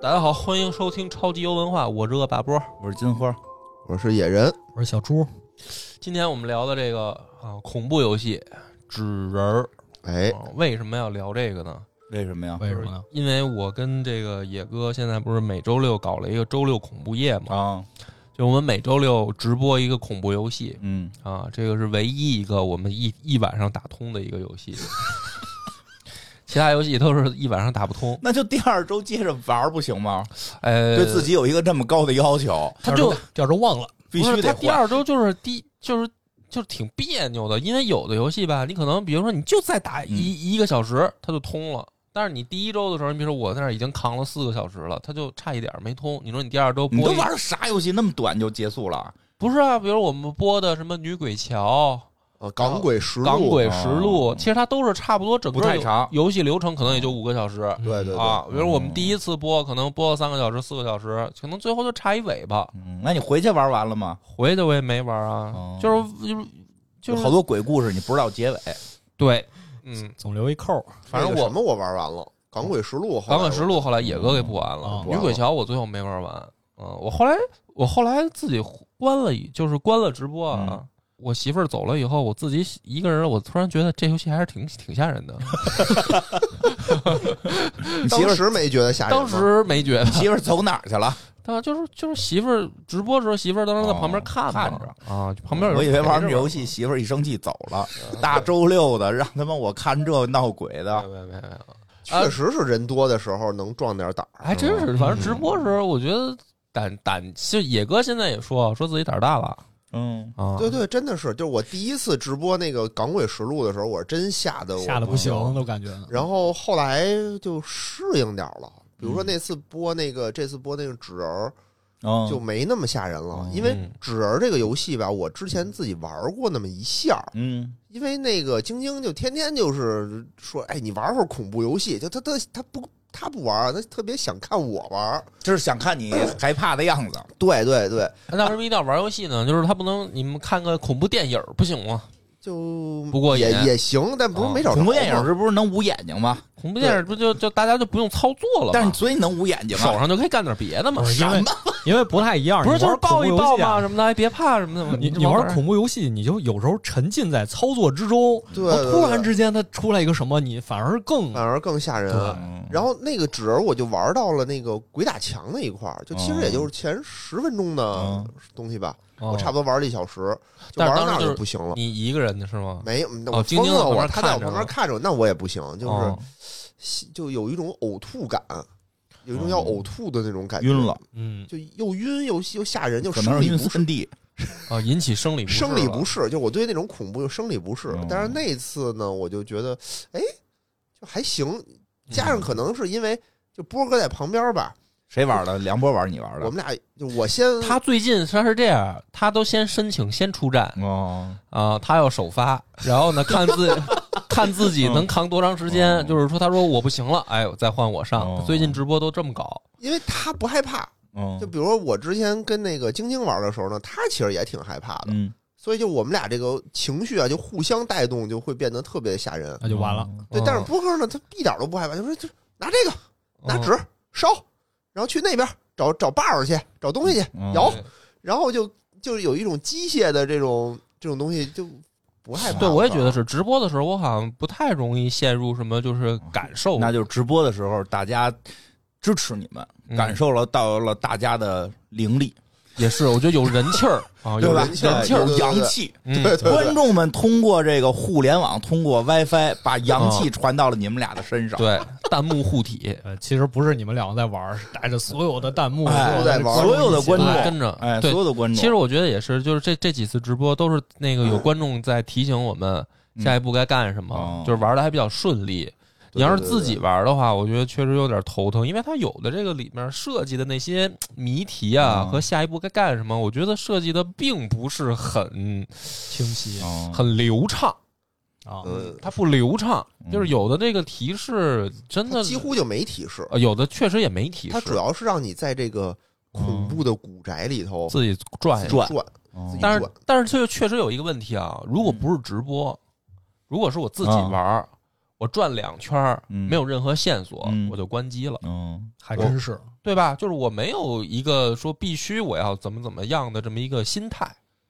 大家好，欢迎收听超级游文化，我是恶霸波。我是金花，我是野人，我说小猪，今天我们聊的这个啊，恐怖游戏纸人儿、哎，啊为什么要聊这个呢？为什么呀？为什么呢？因为我跟这个野哥现在不是每周六搞了一个周六恐怖夜嘛，啊，就我们每周六直播一个恐怖游戏嗯，啊，这个是唯一一个我们一一晚上打通的一个游 戏，其他游戏都是一晚上打不通。那就第二周接着玩儿不行吗？呃，对自己有一个这么高的要求，他就第二周忘了，必不须是得他第换。二周就是第就是就是挺别扭的，因为有的游戏吧，你可能比如说你就再打嗯一、一个小时，它就通了。但是你第一周的时候，你比如说我在那儿已经扛了四个小时了，它就差一点没通。你说你第二周你播都一玩的啥游戏？那么短就结束了？不是啊？比如我们播的什么《女鬼桥呃，港鬼实》《录，港鬼实录》哦其实它都是差不多整个不太嗯游长游戏流程可能也就五个小时对对对，啊。比如我们第一次播，可能播了三个小时、四个小时，可能最后就差一尾巴。嗯，那你回去玩完了吗？回去我也没玩啊哦，就是就是就是好多鬼故事你不知道结尾，对，嗯。总留一扣。反正那个我什么我玩完了，港鬼实录，港口实录，录后来野哥给补完哦嗯了嗯，女鬼桥我最后没玩完，嗯，我后来我后来自己关了一，就是关了直播啊嗯。我媳妇儿走了以后，我自己一个人，我突然觉得这游戏还是挺挺吓人的。嗯你媳妇当儿时没觉得哎吓人吗，当时呃没觉得， 媳妇儿走哪儿去了？但就是就是媳妇儿直播时候，媳妇儿当时在旁边看嘛哦看着啊，就旁边有人我以为陪玩儿着嘛游戏，媳妇儿一生气走了。大周六的，让他们我看这闹鬼的，没没没没，确实是人多的时候能壮点胆儿，还哎真嗯是，反正直播时候我觉得胆胆，就野哥现在也说说自己胆儿大了嗯，啊，对对，真的是，就是我第一次直播那个港鬼实录的时候，我是真吓得呃我吓得不行，都感觉呢。然后后来就适应点儿了。比如说那嗯次播那个，这次播那个纸人儿嗯就没那么吓人了，嗯因为纸人儿这个游戏吧，我之前自己玩过那么一下儿，嗯，因为那个晶晶就天天就是说，哎，你玩会儿恐怖游戏，就他他他不他不玩儿，他特别想看我玩儿。就是想看你害怕的样子。对对对，那为什么一定要玩游戏呢？就是他不能，你们看个恐怖电影儿不行吗？就不过瘾也也行，但不是啊没找着恐怖嘛。电影是不是能捂眼睛吗？恐怖电影儿不就就大家就不用操作了吗？但是所以能捂眼睛吗？啊手上就可以干点别的嘛不，是因为 因为不太一样，不是就是抱一抱嘛嘛。什么的，哎，别怕什么的嘛。啊你这你玩玩意儿恐怖游戏，你就有时候沉浸在操作之中，对哦然后对突然对啊之间它出来一个什么，你反而更反而更吓人。嗯然后那个纸人我就玩到了那个鬼打墙那一块儿，就其实也就是前十分钟的嗯东西吧，哦我差不多玩了一小时，就但玩是到当时那儿就是就不行了。你一个人的是吗？没有，那哦我晶晶疯在旁边了，我他在看着我旁边呢看着，那我也不行，就是哦吸就有一种呕吐感，有一种要呕吐的那种感觉，晕了，嗯，就又晕又又吓哎人，就可生能是理晕不适，三 D。哦，引起生理不适生理了不适，就是我对那种恐怖有生理不适。嗯但是那次呢，我就觉得，哎，就还行，嗯加上可能是因为就波哥在旁边吧，谁玩的？梁波玩，你玩我的？们俩就我先他最近他是这样，他都先申请先出战哦，啊、他要首发，然后呢看自看自己能扛多长时间，嗯就是说他说我不行了，哎，再换我上。哦最近直播都这么搞，因为他不害怕，嗯就比如说我之前跟那个晶晶玩的时候呢，他其实也挺害怕的，嗯，所以就我们俩这个情绪啊，就互相带动，就会变得特别吓人。那就完了。哦对，但是嗯波哥呢，他一点都不害怕，就说就拿这个拿纸哦烧，然后去那边找找把儿去，找东西去嗯摇对，然后就就有一种机械的这种这种东西就不害怕了。对，我也觉得是直播的时候，我好像不太容易陷入什么就是感受，那就是直播的时候，大家支持你们，嗯感受了到了大家的灵力，也是，我觉得有人气儿啊，对有吧？人人气儿人气儿对对对阳气。嗯对对观众们通过这个互联网，通过 WiFi，把阳气嗯传到了你们俩的身上。对弹幕护 体，呃，其实不是你们两个在玩儿，是带着所有的弹幕，哎都所有的在玩儿所有的观我众来跟着，哎，对。所有的观众，其实我觉得也是，就是这这几次直播都是那个有观众在提醒我们嗯下一步该干什么哦，就是玩的还比较顺利。你要是自己玩的话，我觉得确实有点头疼，因为它有的这个里面设计的那些谜题啊嗯和下一步该干什么，我觉得设计的并不是嗯很清晰哦很流畅。啊，嗯，它不流畅，嗯就是有的这个提示真他的几乎就没提示，呃，有的确实也没提示，嗯他主要是让你在这个恐怖的古宅里头哎自己转一转。转哦自己但是转嗯但是这确实有一个问题啊，如果不是直播，如果是我自己玩儿，我我转两圈儿嗯没有任何线索嗯，我就关机了，嗯还真是对吧？就是我没有一个说必须我要怎么怎么样的这么一个心态，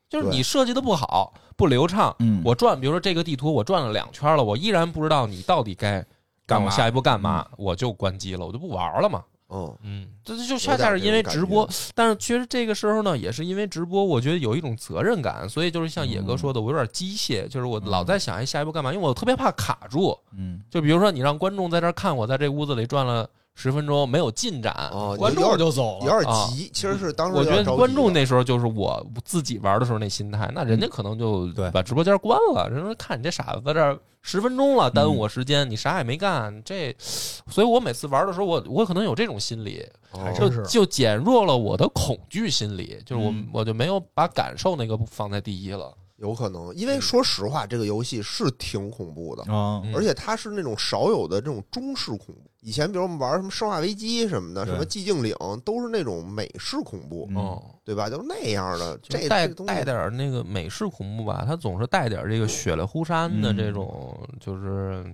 就是对你设计的不好不流畅，嗯我转，比如说这个地图我转了两圈了，我依然不知道你到底该干让嘛嗯我下一步干嘛，我就关机了，我就不玩了嘛。嗯，嗯，这这就恰恰是因为直有播，但是其实这个时候呢，也是因为直播，我觉得有一种责任感，所以就是像野嗯哥说的，我有点机械，就是我老在想，哎，下一步干嘛？因为我特别怕卡住。嗯就比如说，你让观众在这儿看我在这屋子里转了十分钟，没有进展，哦观众就走了，有点急，其实是当时啊我觉有点得着急观众了嗯那时候就是我自己玩的时候那心态，那人家可能就对把直播间关了，人家说看你这傻子在这儿十分钟了，嗯耽误我时间，你啥也没干，这，所以我每次玩的时候，我我可能有这种心理，哦还真就是就减弱了我的恐惧心理，就是我、嗯我就没有把感受那个放在第一了。有可能，因为说实话，这个游戏是挺恐怖的。啊嗯而且它是那种少有的这种中式恐怖。以前比如我们玩什么《生化危机》什么的，对什么《寂静岭》，都是那种美式恐怖，嗯嗯，对吧？就那样的，就这带这东西带点儿那个美式恐怖吧，它总是带点儿这个血泪呼山的嗯这种，就是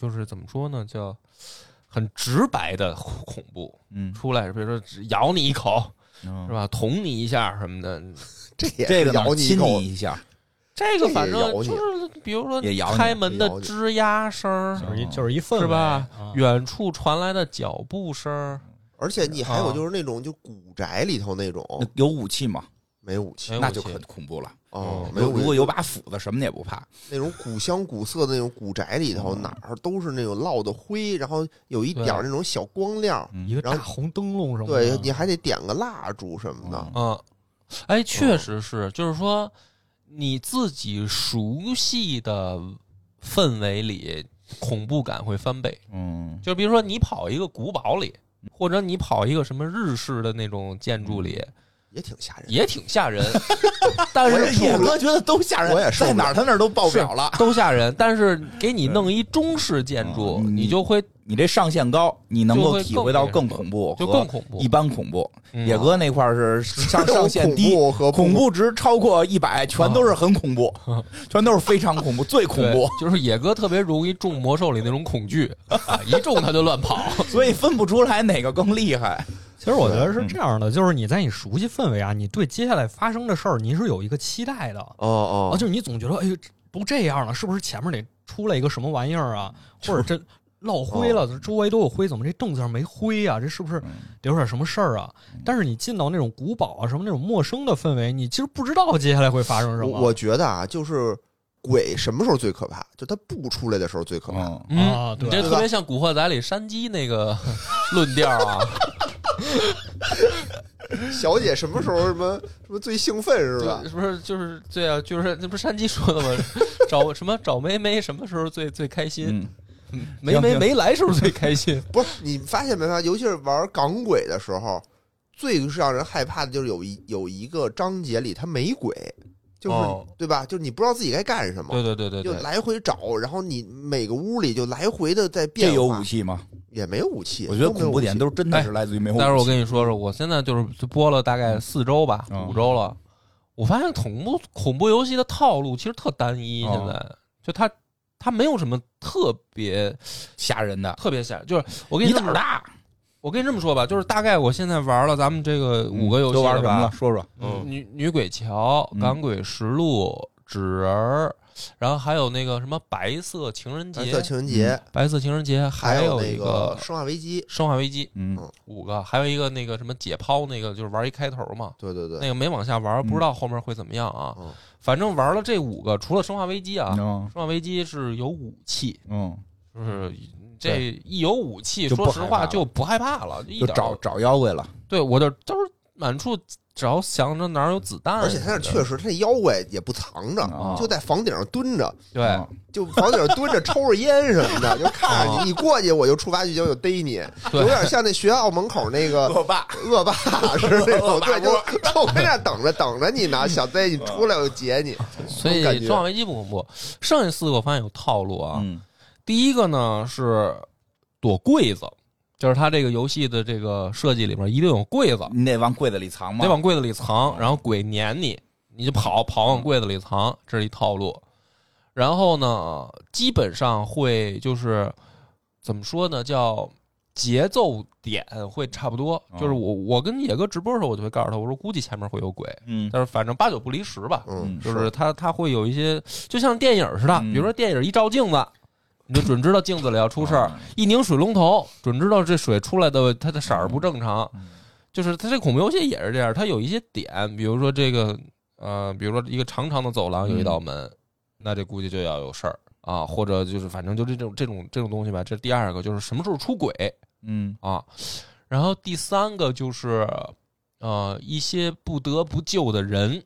就是怎么说呢，叫很直白的恐怖。嗯出来，比如说只咬你一口嗯是吧，捅你一下什么的，这也这是个哪咬儿你一亲口你，一下，这这个也反正咬你就是，比如说也咬你开门的也咬你吱呀声儿，就是一就是一氛围是吧？啊远处传来的脚步声儿，而且你还有啊就是那种就古宅里头那种那有武器吗？没武器没有那武就器很恐怖了。哦，没如嗯有如武果器，有把斧子，什么也不怕。那种古香古色的那种古宅里头，嗯哪儿都是那种烙的灰，然后有一点儿那种小光亮，嗯一个然后大红灯笼什么对的，，啊你还得点个蜡烛什么的嗯。嗯，哎，确实是，就是说你自己熟悉的氛围里，恐怖感会翻倍。嗯就比如说你跑一个古堡里，或者你跑一个什么日式的那种建筑里，也挺吓人，也挺吓人， 但是嗯我也野受不了哥觉得都吓人，我也受不在哪了儿他那儿都爆表了。都吓人，但是给你弄一中式建筑，嗯你就会你这上限高，你能就够会体更会到那更什么恐怖，就更恐怖一。般恐怖。嗯野哥那块儿 是上上限恐低，怖和恐怖值超过一百，全都是很恐怖，嗯 全都是非常恐怖，最恐怖，对就是野哥特别容易中魔兽里那种恐惧，啊一中他就乱跑。 所以分不出来哪个更厉 害。其实我觉嗯得是这样的，就是你在你熟悉氛围啊，你对接下来发生的事儿，你是有一个期待的啊，哦哦，就是你总觉得哎呦这都这样了，是不是前面得出来一个什么玩意儿啊，或者这落灰哦了，周围都有灰，怎么这凳子上没灰啊？这是不是嗯得有点什么事儿啊？但是你进到那种古堡啊，什么那种陌生的氛围，你其实不知道接下来会发生什么。我我觉得啊，就是鬼什么时候最可怕？就它不出来的时候最可怕。嗯，啊对你这特别像《古惑仔》里山鸡那个 论调 啊，嗯小姐什么时候什么什么最兴奋是吧对？是不是？就是对啊，就是那不是山鸡说的吗？ 找什么找梅梅什么时候最最开心？嗯，梅梅没来时候最开 心。不是你发现没发现？尤其是玩港鬼的时候，最是让人害怕的就是有一有一个章节里它没鬼，就是、哦对吧？就是你不知道自己该干什么，对对对对对就，来回找，然后你每个屋里就来回的在变这化，有武器吗？也没有武器。我觉得都没有恐怖点武器都是真的是来自于没有武器。哎待会儿我跟你说说，我现在就是播了大概四周吧，嗯五周了。我发现恐怖恐怖游戏的套路其实特单一，哦现在、就它它没有什么特别吓人的，特别吓人，就是我跟你你胆这儿么大，我跟你这么说吧，就是大概我现在玩了咱们这个五个游戏嗯都玩什么吧了？，说说。嗯女女鬼桥、港鬼实录、纸人儿，然后还有那个什么白色情人蓝节色，情人节，嗯白色情人节，还有一那个生化危机，生化危机嗯五个，还有一个那个什么解剖那个，就是玩一开头嘛，对对对，那个没往下玩，嗯不知道后面会怎么样啊。嗯反正玩了这五个，除了《生化危机》啊，嗯生化危机》是有武器，嗯，就是这一有武器，就不说害实怕话了就不害怕了，一就点儿找找妖怪了。对我就都是满处只要想着哪儿有子弹，而且他那确实，他那妖怪也不藏着，哦啊就在房顶上蹲着，对。 嗯就房顶上蹲着抽着烟什么的，就看哦着你，你过去我就触发剧情，我就逮 你，对有点像那学校门口那 个恶霸，恶霸似的那种，恶霸对，就就跟那等着等着你呢，想逮你出来我就截你，所以感《觉生化危机》不恐怖，剩下四个我发现有套路啊。嗯第一个呢是躲柜子，就是它这个游戏的这个设计里面一定有柜子，你得往柜子里藏嘛。得往柜子里藏，然后鬼撵你，你就跑跑往柜子里藏，这是一套路。然后呢，基本上会就是怎么说呢，叫节奏点会差不多。嗯就是我我跟野哥直播的时候，我就会告诉他，我说估计前面会有鬼，嗯但是反正八九不离十吧。嗯，就是他他会有一些，就像电影似的，嗯比如说电影一照镜子，你就准知道镜子里要出事儿；嗯一拧水龙头，准知道这水出来的它的色儿不正常。嗯就是它这恐怖游戏也是这样，它有一些点，比如说这个呃，比如说一个长长的走廊有一道嗯门，那这估计就要有事儿啊，或者就是反正就这种这种这种东西吧。这是第二个就是什么时候出轨嗯啊，然后第三个就是呃一些不得不救的人。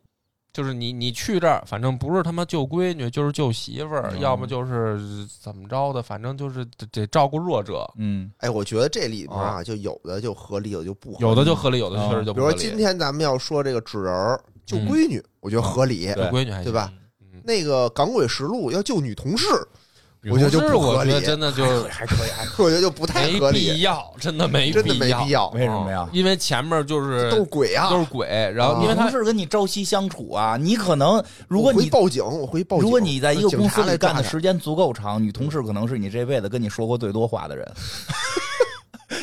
就是你，你去这儿，反正不是他妈救闺女，就是救媳妇儿，嗯要么就是怎么着的，反正就是得得照顾弱者，嗯哎，我觉得这里面啊，就有的就合理，有的就不合理。哦有的就合理，有的嗯确实就比不如合说理。今天咱们要说这个纸人儿救嗯闺女，我觉得合理，救闺女还行对吧？嗯那个《港鬼实录》要救女同事，我不，觉得就是不合我觉理哎得，真的就还可以，还我觉得就不太没合理，必要，真的没真的没要必。要。哦为什么呀嗯？因为前面就是都是鬼啊！都是鬼，然后啊因为同他事跟你朝夕相处啊，你可能如果我回你报警，我回报警。如果你在一个公司警察里来抓干的他，时间足够长，女同事可能是你这辈子跟你说过最多话的人。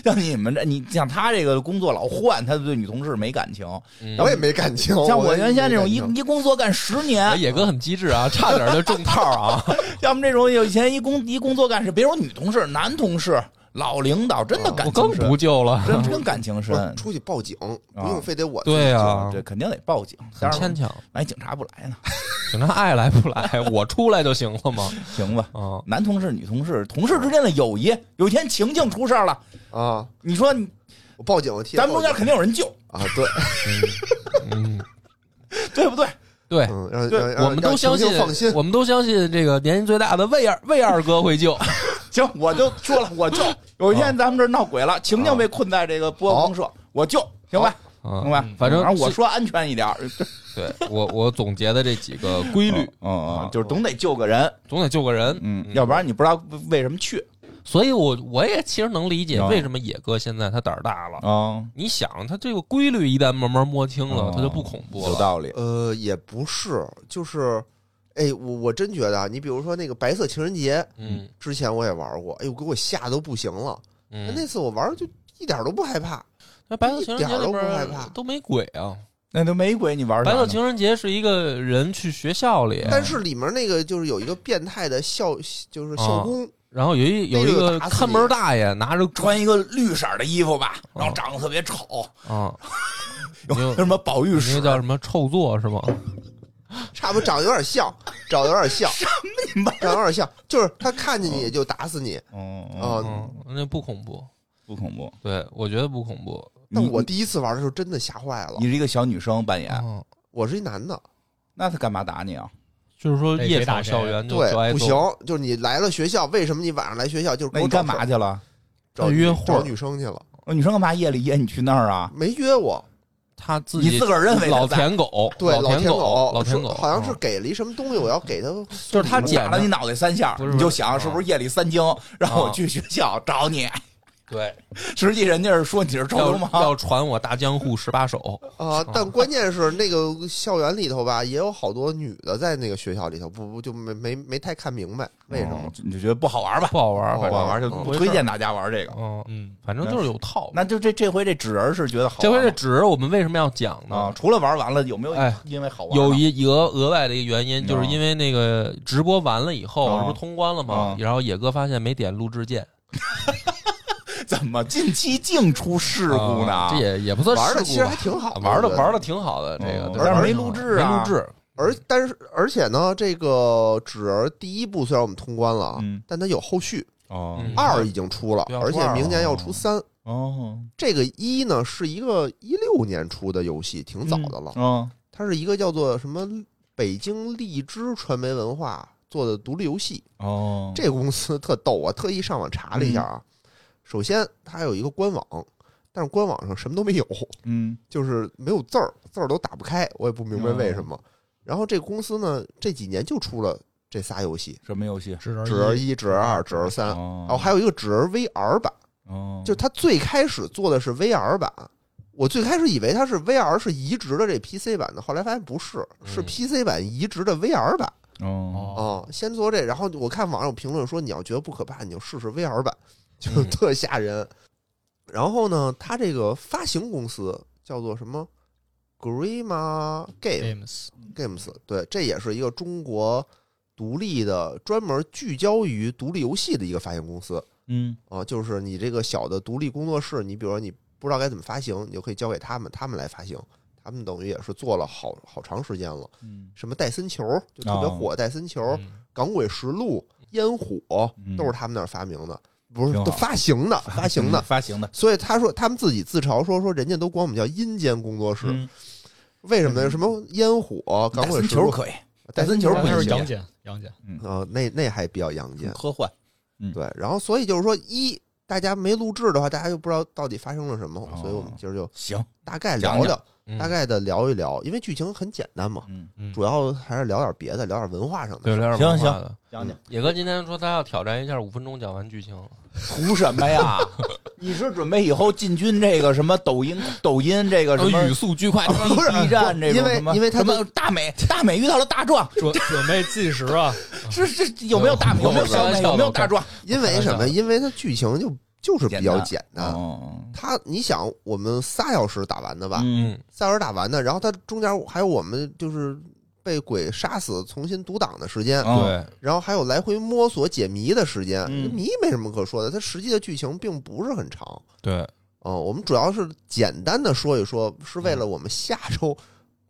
像你们这，你像他这个工作老换，他对女同事没感情。嗯哦我也没感情。像我原先这种没一感情一工作干十哎年，野哥很机智啊，差点就中套啊！ 要么这种有以前一工一工作干事，别说女同事，男同事、老领导，真的感啊我更情深不，救了， 真真感情深哦我。出去报警，不嗯啊用非得我。对啊，这肯定得报警，很但是牵强。哎，警察不来呢，警察爱来不来，我出来就行了 嘛。行吧？啊，男同事、女同事，同事之间的友谊，有一天晴晴出事儿了，啊，你说你我报警，我替他咱们中报警间肯定有人哎救， 啊，对，嗯，对不对？对，嗯，让对让让我们都让相晴晴信，放心。我们都相信这个年纪最大的魏二魏二哥会 救。行，我就说了，我就 有哦一天咱们这儿闹鬼了，晴晴被困在这个波公社，我就行吧，行嗯，吧，反正我说安全一点儿，对我我总结的这几个 规律，嗯嗯，就是总得救个人，总得救个人。嗯，要不然你不知道为什么去所以我我也其实能理解啊为什么野哥现在他胆儿大了。啊，你想，他这个规律一旦慢慢摸清了，啊哦他就不恐怖有了。道理，呃，也不是，就是，哎，我我真觉得啊，你比如说那个白色情人节，嗯之前我也玩过，哎呦，给我吓都不行了。嗯，那次我玩就一点都不害怕，那白色情人节里一点儿都不害怕边都没鬼啊。那都没鬼，你玩啥白呢色情人节是一个人去学校嗯里，但是里面那个就是有一个变态的校，哦就是校工，然后有一有一那个个打死你看门大爷拿着穿一个绿色的衣服吧，嗯然后长得特别丑，啊，有你有什么宝玉那石个，叫什么臭作是吗？差不多长得有点像，长得有点像，长得有点像，就是他看见你就打死你嗯啊。嗯，那不恐怖。不恐怖。对，我觉得不恐怖。但你我第一次玩的时候真的吓坏了你，是一个小女生扮演，嗯，我是一男的，那他干嘛打你啊？就是说哎夜谁打场谁校园就就对，挨不揍行，就是你来了学校，为什么你晚上来学校？就是那给我你找干嘛事去了？哦找约会找女生去了，女生干嘛夜里约你去那儿啊？没约我。他自己你自个儿认为老他在舔狗，对，老舔狗，老说舔狗，好像是嗯给了一什么东西，我要给他， 就是他打捡了的你脑袋三下，不是你就不是哦想是不是夜里三更，然后我去学校 找你，对，实际人家是说你是臭要流氓。要传我大江户十八手， 啊，但关键是那个校园里头吧，也有好多女的在那个学校里头，不不就没没没太看明白为什么哦嗯？你就觉得不好玩吧？不好玩儿，不反不正好玩就不回事推荐大家玩这个。嗯，嗯，反正就是有套。那就这这回这纸人是觉得好玩这吗，回这纸我们为什么要讲啊，呢？除了玩完了，有没有哎因为好玩的？有一额额外的一个原因，嗯就是因为那个直播完了以后，嗯这不是通关了吗？嗯然后野哥发现没点录制键，怎么近期净出事故呢啊？这也也不算玩的其事实故还吧，挺好，啊玩的我觉得玩的挺好的，这个嗯对但是玩得没挺好录的制没啊录制，而但是而且呢，这个纸儿第一部虽然我们通关了啊，嗯但它有后续，哦嗯二已经出了，对啊而且出二了明年要出三。哦这个一呢是一个一六年出的游戏，挺早嗯的了。哦它是一个叫做什么北京荔枝传媒文化做的独立游戏。哦这个公司特逗，我特意上网查了一下啊。嗯首先，它有一个官网，但是官网上什么都没有，嗯就是没有字儿，字儿都打不开，我也不明白为什么。然后这公司呢，这几年就出了这仨游戏：什么游戏？只纸人一、纸人二、纸人三，然后哦还有一个纸人 VR 版。哦就它最开始做的是 VR 版，我最开始以为它是 VR 是移植的这 PC 版的，后来发现不是，是嗯 PC 版移植的 VR 版。哦，哦，啊、先做这，然后我看网上有评论说，你要觉得不可怕，你就试试 VR 版，就嗯特吓人。然后呢，它这个发行公司叫做什么 Grima Game Games， Games，对，这也是一个中国独立的，专门聚焦于独立游戏的一个发行公司嗯啊。就是你这个小的独立工作室，你比如说你不知道该怎么发行，你就可以交给他们，他们来发行。他们等于也是做了好好长时间了，嗯什么戴森球就特别哦火，戴森球，《嗯港轨实录》《烟火嗯》都是他们那儿发明的，不挺是好嗯都发行的，发行的。发行的，所以他说他们自己自嘲说说人家都管我们叫阴间工作室，嗯为什么呢？什么烟火、港戴轨森实球录、可以，戴森球球不那行是行杨戬，杨戬，呃，那那还比较阳间。科幻，对，然后所以就是说，一大家没录制的话，大家就不知道到底发生了什么，哦所以我们今儿就行，大概讲聊讲聊，嗯大概的聊一聊，因为剧情很简单嘛，嗯，嗯主要还是聊点别的，聊点文化上的对，事聊行儿。点文化的。讲讲野哥今天说他要挑战一下五分钟讲完剧情，图什么呀？你是准备以后进军这个什么抖音、抖音这呃个什么哦语速巨快， B B 站这啊因种为什么因为他什们么大美大美遇到了大壮，准准备计时啊， 是是有没有大美有没有小美有没有大壮？因为什么？因为它剧情就就是比较简单，哦，他，你想，我们仨小时打完的吧，嗯嗯，仨小时打完的，然后他中间还有我们就是被鬼杀死、重新读档的时间，嗯哦对，然后还有来回摸索解谜的时间。嗯谜没什么可说的，它实际的剧情并不是很长。对，嗯、我们主要是简单的说一说，是为了我们下周，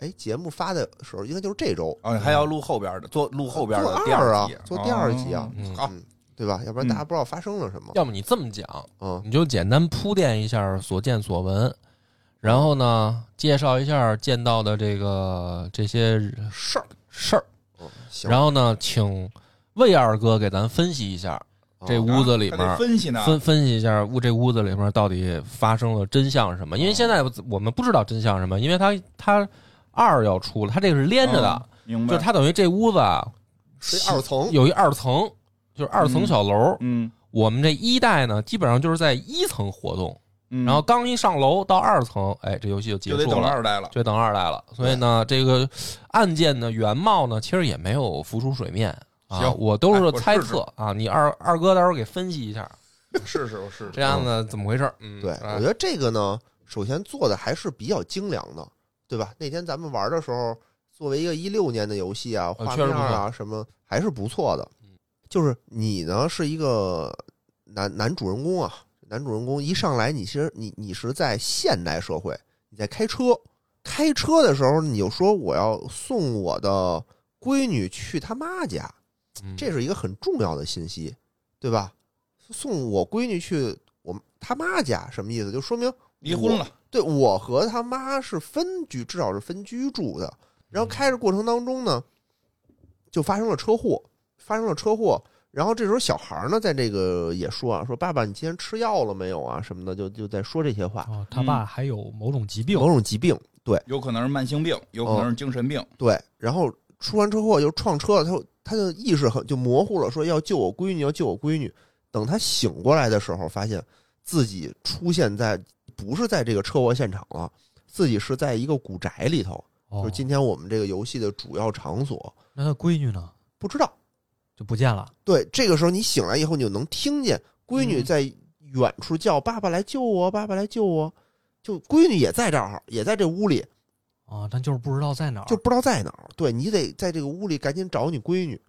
嗯哎，节目发的时候应该就是这周哦，还要录后边的，做录后边做的第二啊集，，哦做第二集啊，嗯好，嗯对吧？要不然大家不知道发生了什么。要么你这么讲，嗯你就简单铺垫一下所见所闻，然后呢，介绍一下见到的这个这些事儿事儿，嗯，行。然后呢，请魏二哥给咱分析一下这嗯屋子里还面啊得分析呢，分分析一下屋这屋子里面到底发生了真相是什么？哦因为现在我们不知道真相是什么，因为他他二要出了，他这个是连着的，嗯，明就是白？他等于这屋子啊是二层，有一二层，就是二层小楼。嗯我们这一代呢，基本上就是在一层活动，嗯，然后刚一上楼到二层，哎，这游戏就结就得束等了。二代了，就等二代了，所以呢，这个案件的原貌呢，其实也没有浮出水面啊。行我都哎是我猜试试测啊，你二二哥到时候给分析一下试试我试试，这案子怎么回事儿。嗯，对，啊我觉得这个呢，首先做的还是比较精良的，对吧？那天咱们玩的时候，作为一个一六年的游戏啊，呃画确面实不错嗯啊什么还是不错的。就是你呢是一个男男主人公啊，男主人公一上来你其实你你是在现代社会，你在开车，开车的时候你就说我要送我的闺女去他妈家，嗯这是一个很重要的信息，对吧？送我闺女去我他妈家什么意思？就说明离婚了，对我和他妈是分居，至少是分居住的。然后开着过程当中呢，就发生了车祸，发生了车祸。然后这时候小孩儿呢，在这个也说啊，说爸爸，你今天吃药了没有啊？什么的，就就在说这些话，哦，他爸还有某种疾病嗯某，种疾病，对有可能是慢性病，有可能是精神病，对。然后出完车祸又撞车了，他就他就意识很就模糊了，说要救我闺女，要救我闺女。等他醒过来的时候，发现自己出现在不是在这个车祸现场了，自己是在一个古宅里头。就哦是，今天我们这个游戏的主要场所，那他闺女呢不知道。就不见了，对，这个时候你醒来以后，你就能听见闺女嗯在远处叫“爸爸来救我，爸爸来救我”，就闺女也在这儿，也在这屋里，啊，但就是不知道在哪儿，就不知道在哪儿。对你得在这个屋里赶紧找你闺女，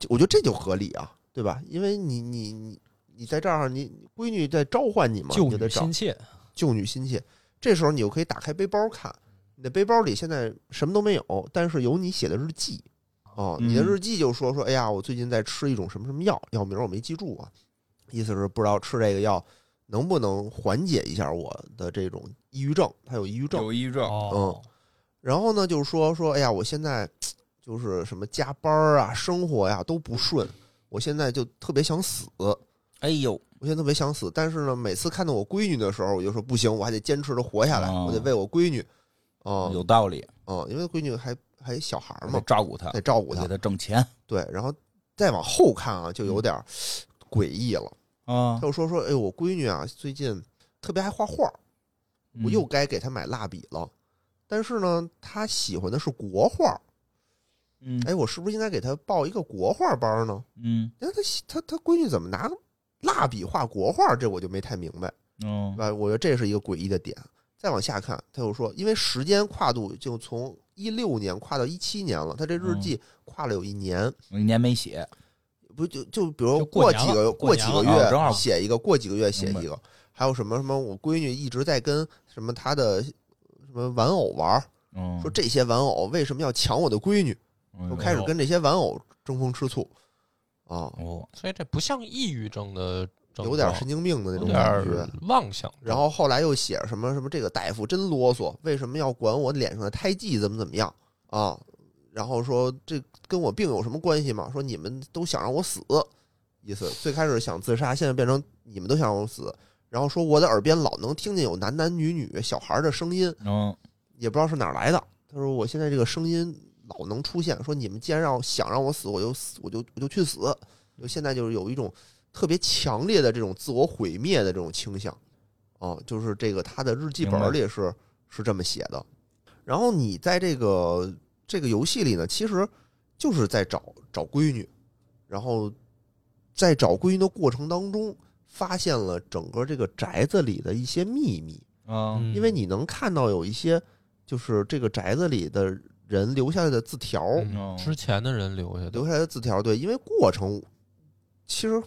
就我觉得这就合理啊，对吧？因为你你你你在这儿，你闺女在召唤你嘛，救你就女得找心切，救女心切。这时候你就可以打开背包看，你的背包里现在什么都没有，但是有你写的日记。哦，嗯你的日记就说说，哎呀，我最近在吃一种什么什么药，药名我没记住啊，意思是不知道吃这个药能不能缓解一下我的这种抑郁症，他有抑郁症，有抑郁症，哦，然后呢，就是说说，哎呀，我现在就是什么加班儿啊，生活呀、都不顺，我现在就特别想死，我哎呦，现在特别想死。但是呢，每次看到我闺女的时候，我就说不行，我还得坚持着活下来，哦我得为我闺女，啊、有道理，啊、因为闺女还还小孩儿得嘛，照顾他，得照顾她给。他挣钱对，然后再往后看啊，就有点儿诡异了。啊他，就说说，哎，我闺女啊，最近特别爱画画，我又该给她买蜡笔了。但是呢，她喜欢的是国画，嗯哎，我是不是应该给他报一个国画班呢？嗯你看他他他闺女怎么拿蜡笔画国画，这我就没太明白，哦对吧？我觉得这是一个诡异的点。再往下看，他又说，因为时间跨度就从一六年跨到一七年了，他这日记跨了有一年，我一年没写，不就就比如就过过年几了个过几年个了啊正好月写一个，过几个月写明白一个，还有什么什么，我闺女一直在跟什么她的什么玩偶玩儿，嗯，说这些玩偶为什么要抢我的闺女，我就开始嗯跟这些玩偶争风吃醋啊，哦，所以这不像抑郁症的症状，有点神经病的那有种点感儿觉。妄想症，然后后来又写什么什么这个大夫真啰嗦，为什么要管我脸上的胎记怎么怎么样啊？然后说这跟我病有什么关系吗？说你们都想让我死，意思最开始想自杀，现在变成你们都想让我死。然后说我的耳边老能听见有男男女女小孩的声音，嗯也不知道是哪儿来的。他说我现在这个声音老能出现，说你们既然让我想让我死，我就死，我就我就去死。就现在就是有一种特别强烈的这种自我毁灭的这种倾向，啊，就是这个他的日记本儿里是是这么写的。然后你在这个这个游戏里呢，其实就是在找找闺女，然后在找闺女的过程当中，发现了整个这个宅子里的一些秘密。嗯因为你能看到有一些就是这个宅子里的人留下来的字条，嗯哦之前的人留下的留下来的字条，对，因为过程其实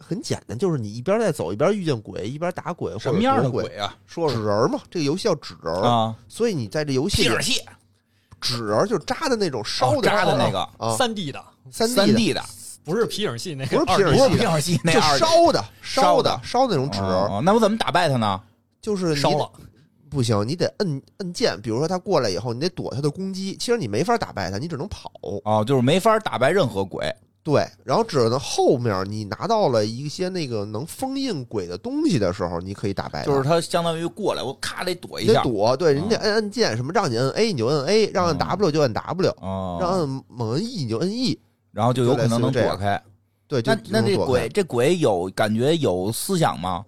很简单，就是你一边在走，一边遇见鬼，一边打鬼，什么样或的者捉鬼？鬼啊说纸人嘛，这个游戏叫纸人，啊，所以你在这游戏屁里眼，蟹纸人就是扎的那种烧烧的扎的那个个啊，三 D 的，三三 D 的 D 的，不是皮影戏那不个是二皮影人戏不的是屁眼戏那就二 D 烧的烧烧的烧的那种纸人，哦，那我怎么打败他呢？就是你烧了，不行，你得摁摁键，比如说他过来以后，你得躲他的攻击，其实你没法打败他，你只能跑。哦，就是没法打败任何鬼，对，然后只能后面你拿到了一些那个能封印鬼的东西的时候，你可以打败它。就是他相当于过来，我咔得躲一你得下，啊躲，对，人家按按键什么，让你摁 A 你就摁 A，让按嗯 W 就按 W，、让哦，按猛摁 E 你就摁 E。然后就有可能能就类似于躲这样开。对，就那那就能这躲开鬼这鬼有感觉有思想吗？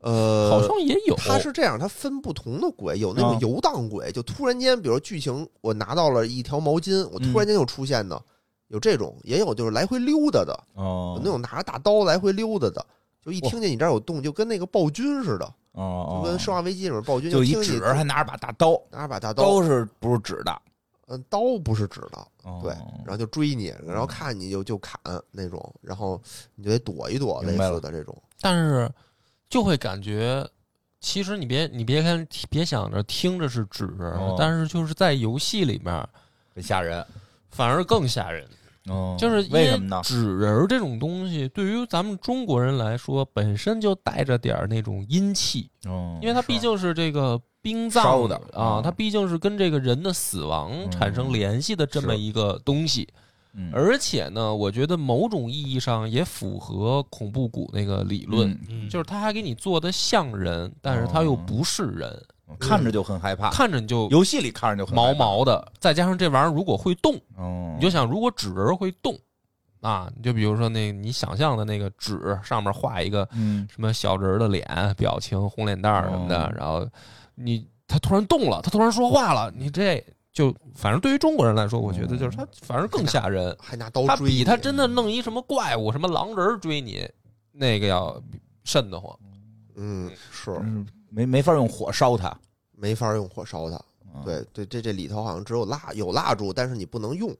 呃，好像也有，它是这样，它分不同的鬼，有那啊种游荡鬼，就突然间，比如剧情我拿到了一条毛巾，我嗯突然间就出现的，有这种，也有就是来回溜达的，有哦那种拿着大刀来回溜达的，就一哇听见你这儿有动，就跟那个暴君似的。哦哦就，跟《生化危机》里面暴君就一听你纸，还拿着把大刀，拿着把大刀，刀是不是纸的？嗯，刀不是指的，哦对，然后就追你，然嗯后看你就就砍那种，然后你就得躲一躲，类明白了似的这种，但是就会感觉，其实你别你别看别想着听着是纸，哦但是就是在游戏里面很吓人。反而更吓人。哦就是因为什么呢？纸人儿这种东西，对于咱们中国人来说，本身就带着点儿那种阴气，哦因为它毕竟是这个殡葬烧的啊嗯，它毕竟是跟这个人的死嗯亡产生联系的这么是一个东西。嗯而且呢，我觉得某种意义上也符合恐怖谷那个理论，嗯嗯，就是他还给你做的像人，但是他又不是人，嗯看着就很害怕，看着你就游戏里看着就很害毛怕。毛的。再加上这玩意儿如果会动，哦，你就想如果纸人会动啊，你就比如说那你想象的那个纸上面画一个嗯什么小人儿的脸、表情、红脸蛋儿什么的哦，然后你他突然动了，他突然说话了，你这就反正对于中国人来说，我觉得就是他反而更吓人。还拿刀他追你。比他真的弄一什么怪物、什么狼人儿追你，那个要瘆得慌。嗯，是嗯没没法用火烧它。没法用火烧它。嗯对对，这这里头好像只有蜡有蜡烛，但是你不能用，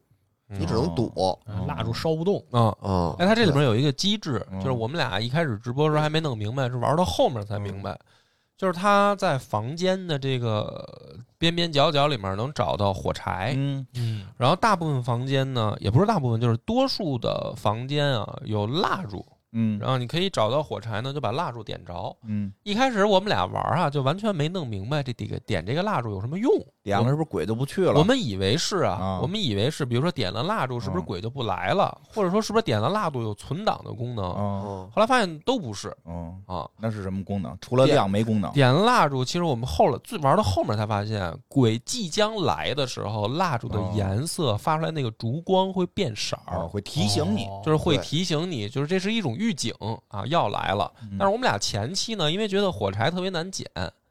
你只能躲哦蜡烛烧不动，嗯，啊。哎，它这里面有一个机制，嗯就是我们俩一开始直播的时候还没弄明白，是玩到后面才明白，就是他在房间的这个边边角角里面能找到火柴，嗯嗯，然后大部分房间呢，也不是大部分，就是多数的房间啊有蜡烛，嗯然后你可以找到火柴呢，就把蜡烛点着。嗯，一开始我们俩玩啊，就完全没弄明白这这个点这个蜡烛有什么用，两个是不是鬼都不去了？我们以为是啊啊，我们以为是，比如说点了蜡烛，是不是嗯鬼就不来了，或者说是不是点了蜡烛有存档的功能？哦嗯，后来发现都不是哦，啊。那是什么功能？除了亮没功能。点了蜡烛，其实我们后来最玩到后面才发现，鬼即将来的时候，蜡烛的哦颜色发出来那个烛光会变色啊，儿，会提醒你，哦就是会对提醒你，就是嗯这是一种预警啊，要来了。但是我们俩前期呢，因为觉得火柴特别难捡，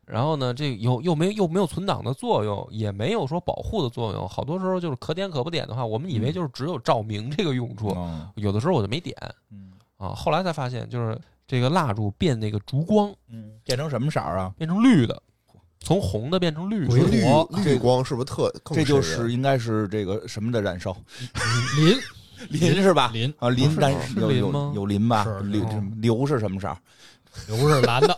然后呢，这有又没有又没有存档的作用，也没有说保护的作用。好多时候就是可点可不点的话，我们以为就是只有照明这个用处，嗯 有的时候我就没点嗯啊。后来才发现，就是这个蜡烛变那个烛光嗯，变成什么色儿啊？变成绿的，从红的变成绿嗯你说绿的。绿光是不是特更这就瘆人是应该是这个什么的燃烧，林 磷是吧？林不啊，磷是但吗是有磷吗有有磷吧？是硫是什么硫是什么色儿？刘是蓝的，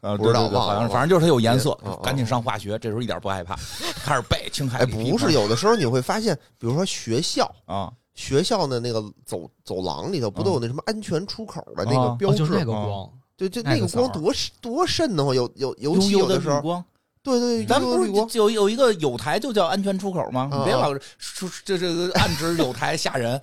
呃，不知道对对对忘好了像是反正就是它有颜色嗯嗯，嗯赶紧上化学，这时候一点不害怕， 开始背青海哎，里皮不是，嘛有的时候你会发现，比如说学校，啊，学校的那个走走廊里头，嗯不都有那什么安全出口的那个啊标哦就志那个啊光，对，就那那个个色儿光多瘆多瘆得慌，有有尤其悠悠有的时绿候，光，对对，咱悠们悠不的是绿光，有有一个有台就叫安全出口吗？啊你别啊老说这这个暗指有台吓人，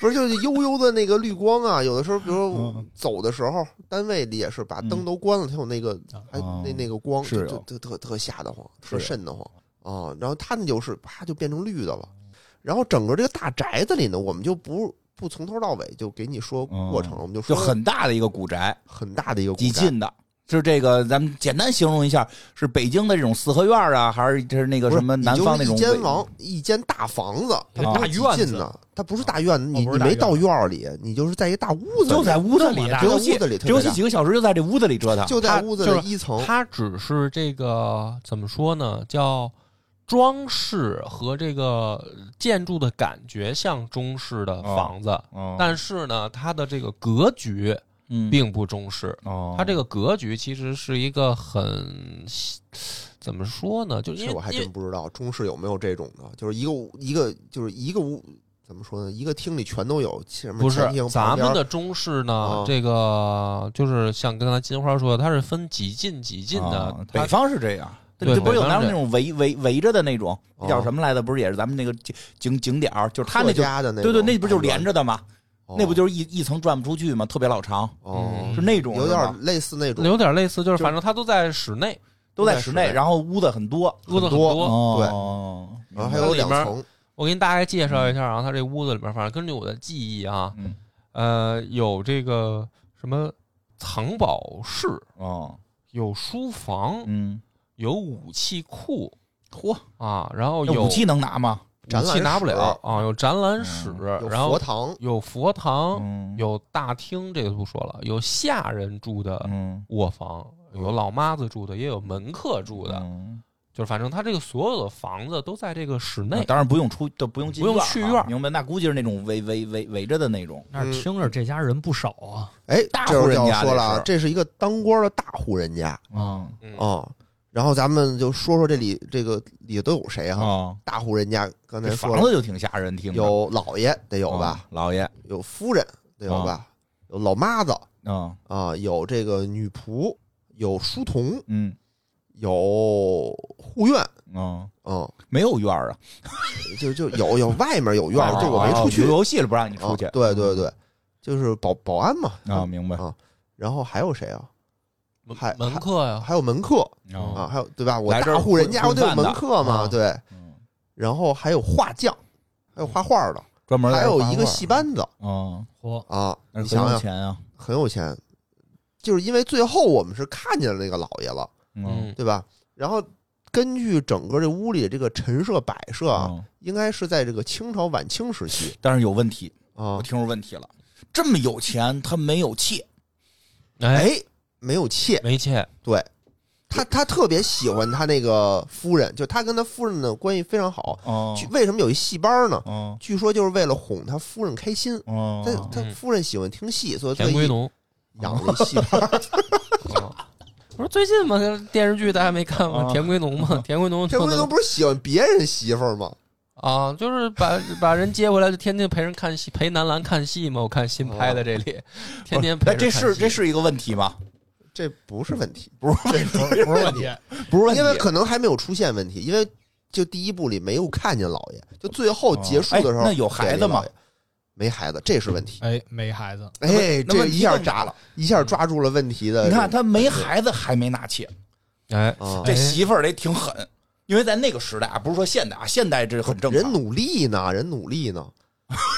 不是就是悠悠的那个绿光啊。有的时候，比如说嗯走的时候，单位里也是把嗯灯都关了，它有那个哎哦那那个光，是就有就特特特吓得慌，是有特瘆得慌啊。然后它那就是啪就变成绿的了，嗯然后整个这个大宅子里呢，我们就不。不从头到尾就给你说过程了，我们就嗯就 说很大的一个古宅，很大的一个古几宅进的。是这个，咱们简单形容一下，是北京的这种四合院啊，还是这是那个不什是么你南就是方那种一北间房，一间大房子，它啊不大是几院进子的，它不是大院子，哦你不你是大没院到子院儿里，你就是在一大屋子就里，在屋子屋子里里打大就游在戏屋，子里特这游别戏大，几个小时就在这屋子里折腾，就它在屋子就是里一层，它只是这个怎么说呢？叫装饰和这个建筑的感觉像中式的房子，哦但是呢，它的这个格局嗯并不中式。嗯哦，它这个格局其实是一个很怎么说呢？就因这为我还因为真不知道中式有没有这种的，就是一个屋一个就是一个屋怎么说呢？一个厅里全都有，什么不是前厅咱旁边们儿的中式呢，啊这个就是像刚才金花说的，它是分几进几进的。哦它北方是这样，对这不是有北咱方们是那种围围围着的那种，哦那叫什么来的？不是也是咱们那个景景景点儿，就是他客那就家的那对对，种那不就是大院连着的吗？哦那不就是一一层转不出去吗？特别老长，哦嗯，是那种有是点吧儿类似那种，有点类似，就是就反正它都在室内，都在在室室内，内然后屋子很多。屋子很多多。哦，然后还它有里两面层，我给你大概介绍一下啊，它这屋子里边，反正根据我的记忆啊，嗯呃，有这个什么藏宝室，哦有书房，嗯，有武器库嚯，啊，然后那有武器能拿吗？展武器览拿不室嗯了啊，有展览室，有然佛后堂，有佛堂，嗯，有大厅，这个不说了，有下人住的嗯卧房，有老妈子住的，也有门客住的，嗯就是反正他这个所有的房子都在这个室啊内。当然不用出，都不用进不用院儿去啊院儿明白？那估计是那种围围围围着的那种。那儿嗯听着这家人不少啊，哎，大这户就人要家说这了啊是，这是一个当官的大户人家，啊嗯，啊、然后咱们就说说这里这个里都有谁哈、啊，大户人家嗯刚才这说房了，子就挺吓人，听着有老爷得有吧，啊老爷有夫人得有吧，哦有老妈子啊，啊，有这个女仆，有书童，嗯有护院，啊，嗯，没有院儿啊，就就有有外面有院儿，啊就我没出去，啊游戏里不让你出去嗯啊。对对对，就是保保安嘛啊，明白啊然后还有谁啊？门还门客 呀，还有门客哦啊，还有对吧？我来这儿大户人家混我得有混饭的门客嘛，啊对，嗯然后还有画匠，还有画画的。专门来还有一画个画戏班子啊，嚯，啊，那你是很想有想钱啊，很有钱，就是因为最后我们是看见了那个老爷了，嗯，对吧？然后根据整个这屋里这个陈设摆设啊，嗯应该是在这个清朝晚清 时期但是有问题，啊我，听出问题了，这么有钱他没有妾，哎，哎，没有妾，没妾，对。他他特别喜欢他那个夫人，就他跟他夫人的关系非常好。哦据为什么有一戏班呢？哦据说就是为了哄他夫人开心。哦他他嗯夫人喜欢听戏，所以特田归意农。养了一戏班。啊我说最近嘛，电视剧大家没看吗？哦啊田归农嘛，田归农田就归能农不是喜欢别人媳妇儿吗？啊，就是把把人接回来，就天天陪人看戏，陪男篮看戏嘛。我看新拍的这哦里，天天陪那着这看是戏这是一个问题吗？这不是问题，不是这不是不是问题，不是问题，因为可能还没有出现问题，因为就第一部里没有看见老爷，就最后结束的时候，哎那有孩子吗对？没孩子，这是问题。哎，没孩子，哎，那这问题一下更大抓了，一下抓住了问题的。你看他没孩子还没纳妾，哎，啊，这媳妇儿得挺狠。因为在那个时代啊，不是说现代啊，现代这很正常。，人努力呢，人努力呢，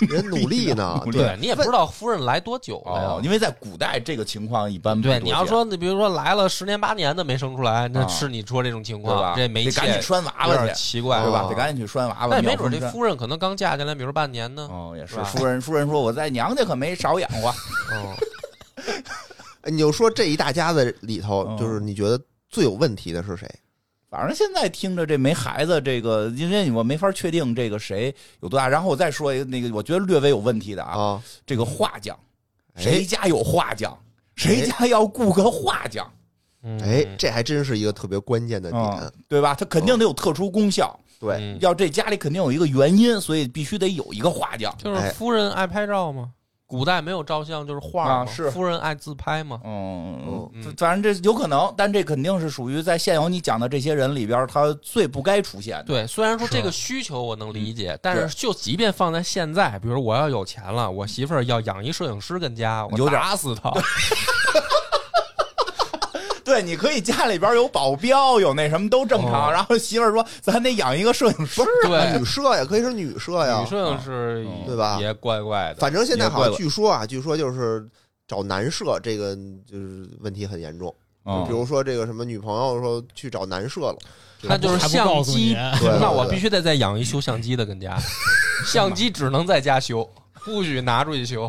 人努力呢努力对对你也不知道夫人来多久了哦，呀。因为在古代这个情况一般不对，多你要见说你比如说来了十年八年的没生出来，那啊是你说这种情对吧况，，这没得赶紧切拴娃有娃点去，奇怪对吧？啊得赶紧去拴娃娃。但也没妙准这峰夫人可能刚嫁进来，比如半年山呢。哦也是是，吧夫人夫人说我在娘家可没啊少养活，哦嗯，哎你就说这一大家子里头嗯，就是你觉得最有问题的是谁？反正现在听着这没孩子，这个因为我没法确定这个谁有多大。然后我再说一个那个，我觉得略微有问题的啊，啊，这个画匠，哎谁家有画匠，谁家要雇个画匠，嗯哎，这还真是一个特别关键的点嗯。，对吧？他肯定得有特殊功效，对，嗯要这家里肯定有一个原因，所以必须得有一个画匠。就是哎夫人爱拍照吗？古代没有照相，就是画啊嘛。是夫人爱自拍吗？嗯，嗯反正这有可能，但这肯定是属于在现有你讲的这些人里边，他最不该出现的。对，虽然说是这个需求我能理解，但是就即便放在现在，比如我要有钱了，我媳妇儿要养一摄影师跟家，我有点打死他。对，你可以家里边有保镖，有那什么都正常。哦然后媳妇儿说，咱得养一个摄影师。 对， 女摄呀，可以是女摄哎呀嗯女，摄影师也对吧也怪怪的。反正现在好也怪像据说啊，据说就是找男摄这个就是问题很严重。嗯哦就比如说这个什么女朋友说去找男摄了，那就是相 机，还对对那我对必须得再养一修相机的跟家，相机只能在家修，不许拿出去修。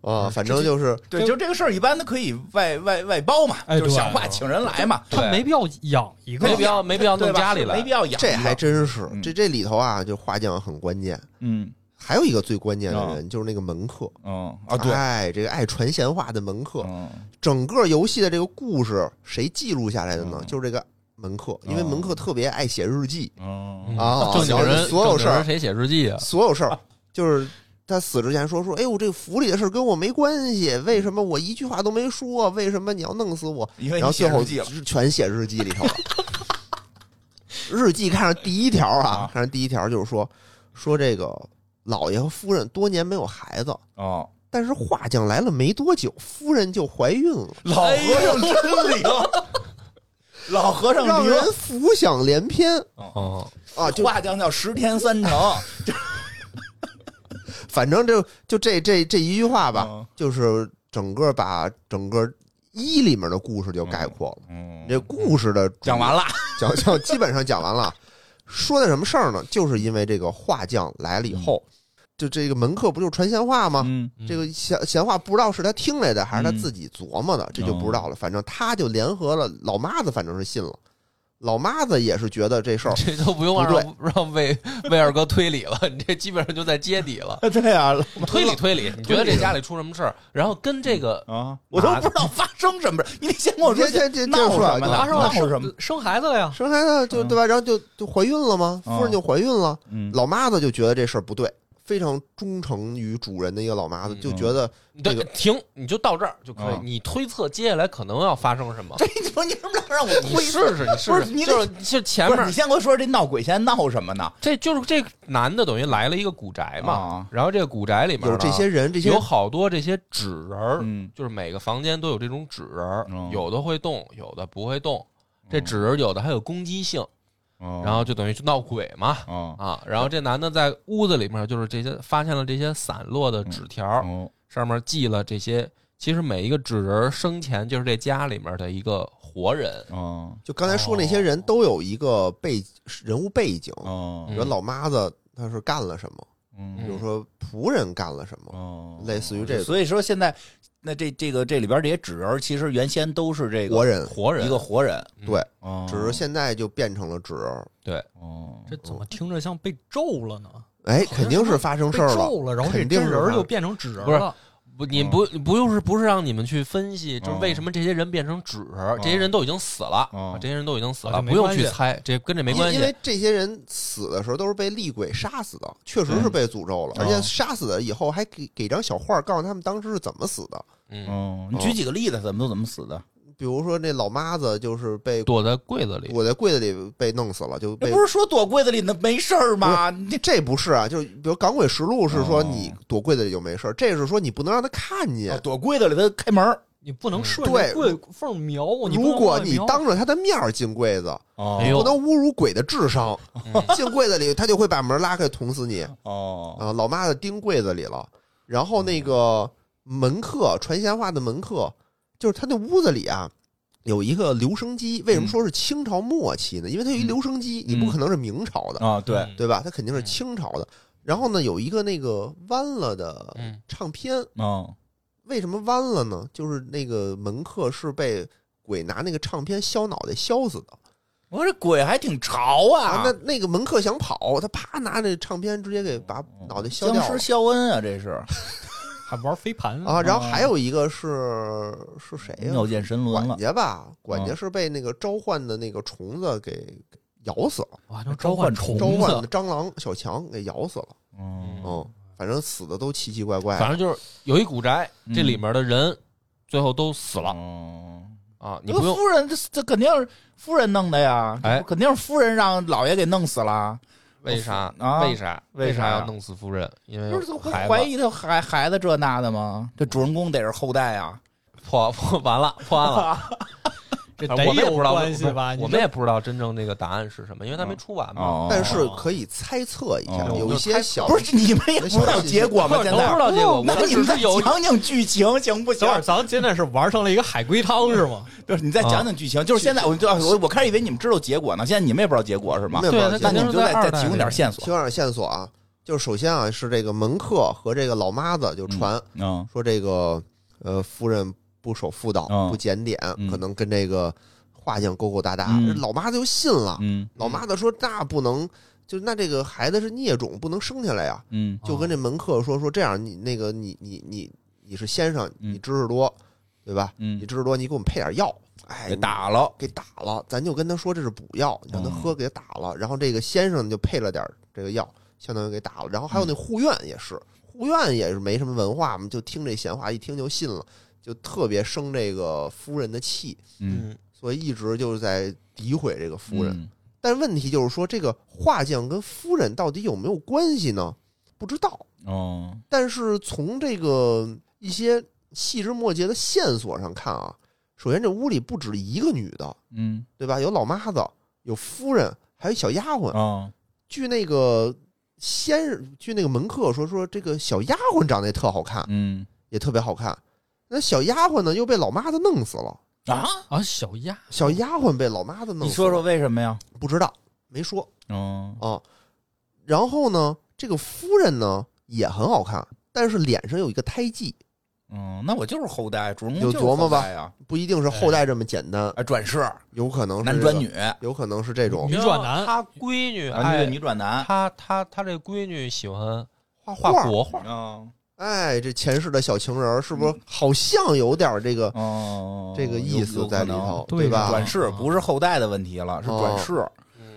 啊，反正就是对，嗯就这个事儿，一般的可以外外外包嘛，哎就是对想画请人来嘛，他没必要养一个没必要，没必要哎对弄吧家里没来必。要养。这还，真是嗯这这里头啊，就画匠很关键。嗯还有一个最关键的人就是那个门客嗯啊，对，哎，这个爱传闲话的门客，嗯整个游戏的这个故事谁记录下来的呢嗯？就是这个门客，嗯因为门客特别爱写日记，嗯啊正经人，所正有经事儿人谁写日记啊？所有事儿就是。他死之前说说，哎呦，这府里的事儿跟我没关系，为什么我一句话都没说？为什么你要弄死我？因为然你后最写后日记了，全写日记里头了。日记看上第一条啊啊，看上第一条就是说说这个老爷和夫人多年没有孩子，哦，但是画匠来了没多久，夫人就怀孕了，老和尚真灵，老和尚让灵人浮想联翩嗯，啊！就画匠叫十天三 成，反正就就这这这一句话吧嗯，就是整个把整个一里面的故事就概括了。嗯这故事的主讲完了，讲讲基本上讲完了。说的什么事儿呢？就是因为这个画匠来了以后，就这个门客不就传闲话吗？嗯嗯这个闲闲话不知道是他听来的还是他自己琢磨的，嗯这就不知道了。反正他就联合了老妈子，反正是信了。老妈子也是觉得这事儿这都不用不对让让魏魏二哥推理了，你这基本上就在揭底了。对啊推理推理，你觉得这家里出什么事儿？然后跟这个啊，我都不知道发生什么事，你得先跟我说这这这闹这说啊什么了，发生了闹什么生？呃生孩子了呀？生孩子就嗯对吧？然后就就怀孕了吗？嗯夫人就怀孕了，嗯老妈子就觉得这事儿不对，非常忠诚于主人的一个老妈子嗯就觉得你对这个停，你就到这儿就可以啊。你推测接下来可能要发生什么？这你说你为什么让我你推试试，你试不是试，你得就是是前不是，你面先跟我说这闹鬼现在闹什么呢？这就是这个男的等于来了一个古宅嘛啊，然后这个古宅里面有呢这些人，这些有好多这些纸人儿，嗯就是每个房间都有这种纸人儿嗯，有的会动，有的不会动。这纸人儿有的还有攻击性，然然后就等于就闹鬼嘛。啊啊，然后这男的在屋子里面就是这些发现了这些散落的嗯纸条，哦上面记了这些。其实每一个纸人儿生前就是这家里面的一个活人，哦就刚才说那些人都有一个背人物背景，哦比如老妈子她是干了什么，比嗯如说仆人干了什么，哦类似于这种所以说现在那这这个这里边这些纸人儿其实原先都是这个活人，嗯活人一个活人，嗯对，哦只是现在就变成了纸人。对，哦这怎么听着像被咒了呢？哎，好像肯定是发生被事儿了，咒了，然后这肯定真是人儿他就变成纸人不是了。不，你不嗯不用是不是让你们去分析，就是哦为什么这些人变成纸人儿，嗯这些人都已经死了，哦啊这些人都已经死啊了，这没不用关去系猜，这跟这没因关系因。为这些人死的时候都是被厉鬼杀死的，确实是被诅咒了，嗯而且哦杀死的以后还给给张小画，告诉他们当时是怎么死的。嗯，哦，你举几个例子，怎么都怎么死的？比如说那老妈子就是被躲在柜子里，我在柜子里被弄死了，就那被不是说躲柜子里那没事儿吗？你这这不是啊，就是比如《港鬼实录》是说哦啊你躲柜子里就没事儿，这是说你不能让他看见躲柜子里头开门儿，你不能嗯顺着对柜缝瞄。哦你不能如果乱你瞄当着他的面儿进柜子，哦哎呦不能侮辱鬼的智商嗯。进柜子里，他就会把门拉开捅死你哦，啊！老妈子钉柜子里了。然后那个门客传闲话的门客，就是他那屋子里啊。有一个留声机，为什么说是清朝末期呢？因为它有一留声机，你不可能是明朝的，啊，对，嗯对吧？它肯定是清朝的。然后呢，有一个那个弯了的嗯唱片，嗯，为什么弯了呢？就是那个门客是被鬼拿那个唱片削脑袋削死的我这鬼还挺潮啊啊！那那个门客想跑，他啪拿那唱片直接给把脑袋削僵掉尸了肖恩啊，这是还玩飞盘啊。然后还有一个是是谁呀、妙见神轮管了，家吧，管家是被那个召唤的那个虫子给给咬死了，哇，那召唤召唤虫虫召唤的子，蟑螂小强给咬死了。嗯嗯，反正死的都奇奇怪怪的。反正就是有一古宅，嗯这里面的人最后都死了嗯，啊！你不用夫人这这肯定是夫人弄的呀，哎肯定是夫人让老爷给弄死了，为啥？啊为啥？为啥啥呀要弄死夫人？因为不是有我孩怀子疑他孩孩子这那的吗？这主人公得是后代啊，破破完了，破案了。这啊我得们也有不知道，关系吧？我你们也不知道真正那个答案是什么，因为他没出完嘛。哦但是可以猜测一下，哦有一些小不是你们也不知道结果吗？现都不知在，道结果，我那们你只们再是有讲讲剧情行不这等行会？儿咱今天是玩上了一个海龟汤是吗？就是你再讲讲剧啊情，就是现在我就我我开始以为你们知道结果呢，现在你们也不知道结果是吗？那不知道对那结肯定是你们果就再在再二代提供点里线索提。供点线索啊，就是首先啊是这个门客和这个老妈子就传、嗯说这个呃夫人不守妇道、嗯不检点，嗯可能跟这个画匠勾勾搭搭。嗯这老妈子就信了，嗯老妈子说那不能，就那这个孩子是孽种，不能生下来呀、嗯就跟这门客说说这样，你那个你你你你是先生，嗯你知识多，对吧？嗯你知识多，你给我们配点药，哎，给你打了，嗯给打了，咱就跟他说这是补药，你让他喝给打了。然后这个先生就配了点儿这个药，相当于给打了。然后嗯还有那护院也是，护院也是没什么文化嘛，就听这闲话，一听就信了，就特别生这个夫人的气，嗯，所以一直就是在诋毁这个夫人。嗯但问题就是说，这个画匠跟夫人到底有没有关系呢？不知道。哦，但是从这个一些细枝末节的线索上看啊，首先这屋里不止一个女的，嗯对吧？有老妈子，有夫人，还有小丫鬟。哦，据那个先生，据那个门客说，说这个小丫鬟长得也特好看，嗯也特别好看。那小丫鬟呢，又被老妈子弄死了。啊，啊，小鸭小丫鬟被老妈子弄死了，你说说为什么呀？不知道，没说哦啊。然后呢，这个夫人呢也很好看，但是脸上有一个胎记，嗯，那我就是后代，主人公有就是琢磨吧后代呀，不一定是后代这么简单，啊，转世有可能是男这转个女，啊，有可能是这嗯种女转男他闺女对，爱啊女转男，他他他这闺女喜欢画画画。国画，嗯哎，这前世的小情人儿是不是好像有点这个哦，这个意思在里头，啊有有可能对有可能吧对？转世不是后代的问题了，是转世，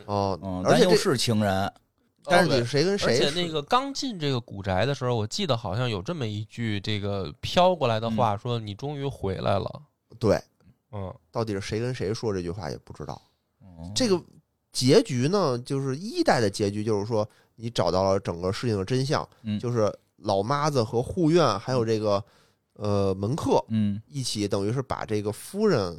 哦嗯，，而但且又这是情人，但是你谁跟而谁且是那个刚进这个古宅的时候，我记得好像有这么一句这个飘过来的话，说你终于回来了。对，嗯，到底是谁跟谁说这句话也不知道。这个结局呢，就是一代的结局，就是说你找到了整个事情的真相，嗯就是老妈子和护院还有这个呃门客嗯一起，等于是把这个夫人。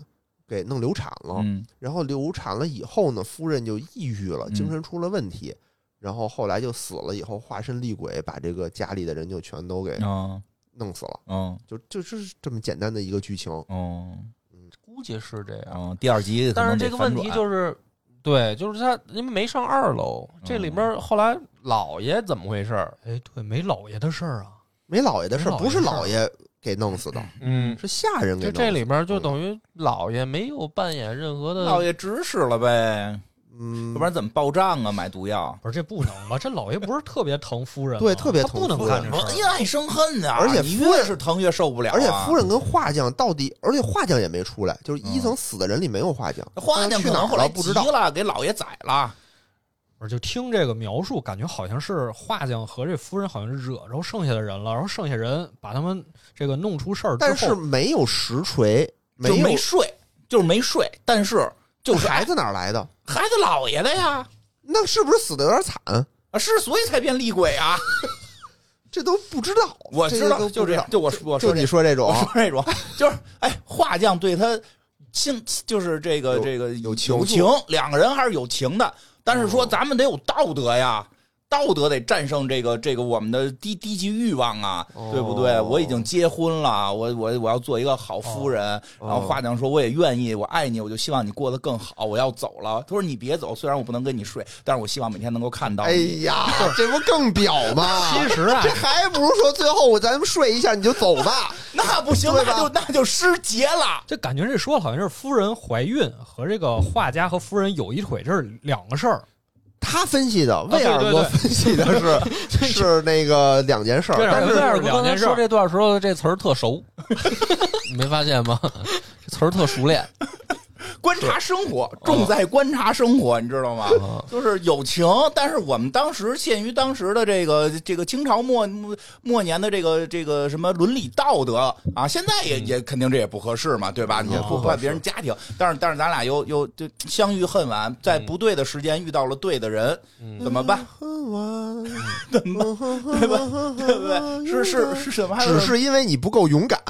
给弄流产了，嗯然后流产了以后呢，夫人就抑郁了，嗯精神出了问题，然后后来就死了，以后化身厉鬼，把这个家里的人就全都给嗯弄死了，嗯就就就是这么简单的一个剧情。嗯估计是这样。嗯，第二集可但是能得这个问题反转就是，对，就是他因为没上二楼，这里面后来老爷怎么回事儿？哎，对，没老爷的事儿啊，没老爷的事儿，没老爷不是老爷给弄死的，嗯，是下人给就弄死的。这里嗯面就等于老爷没有扮演任何的，老爷指使了呗，嗯，要不然怎么报账啊？买毒药，不是这不能吧？这老爷不是特别疼夫人吗，对特别他疼不能夫干人哎这说事因爱生恨啊，而且你夫人越是疼越受不了啊、而且夫人跟画匠到底，而且画匠也没出来，就是一层死的人里没有画匠，花但匠可是去能哪儿后来了不知道急。了，给老爷宰了。儿。就听这个描述，感觉好像是画匠和这夫人好像惹着剩下的人了，然后剩下人把他们这个弄出事儿之后，但是没有实锤，就有没睡，就是没睡，但是就是孩子哪儿来的？孩子老爷的呀，那是不是死的有点惨？啊，是所以才变厉鬼啊。这都不知道， 我知道这些都不就这知样道，就我我就说你说这种啊我，说这种，就是哎，画匠对他性就是这个有这个有情有愫哦情，两个人还是有情的，但是说咱们得有道德呀。道德得战胜这个这个我们的低低级欲望啊，哦对不对？我已经结婚了，我我我要做一个好哦夫人。然后画匠说我也愿意，我爱你，我就希望你过得更好。我要走了，他说你别走，虽然我不能跟你睡，但是我希望每天能够看到哎你。呀，这不更表 吗？其实啊这，还不如说最后我咱们睡一下你就走吧。那不行，对吧那就那就失节了。这感觉这说的好像是夫人怀孕和这个画家和夫人有一腿，这是两个事儿。他分析啊的，对魏二哥对对分析的 是是那个两件事儿，对但对是对威尔哥两刚才件事儿说这段时候，这词儿特 熟，你没发现吗？这词儿特熟练。观察生活，重在观察生啊活，你知道吗？就是友情，但是我们当时限于当时的这个这个清朝末末末年的这个这个什么伦理道德啊，现在嗯也也肯定这也不合适嘛，对啊吧？你也破坏别人家庭，但是但是咱俩又又就相遇恨嗯晚，在不对的时间遇到了对的人，怎么办？怎么对吧？对不对？是是是什么？还有只是因为你不够勇敢，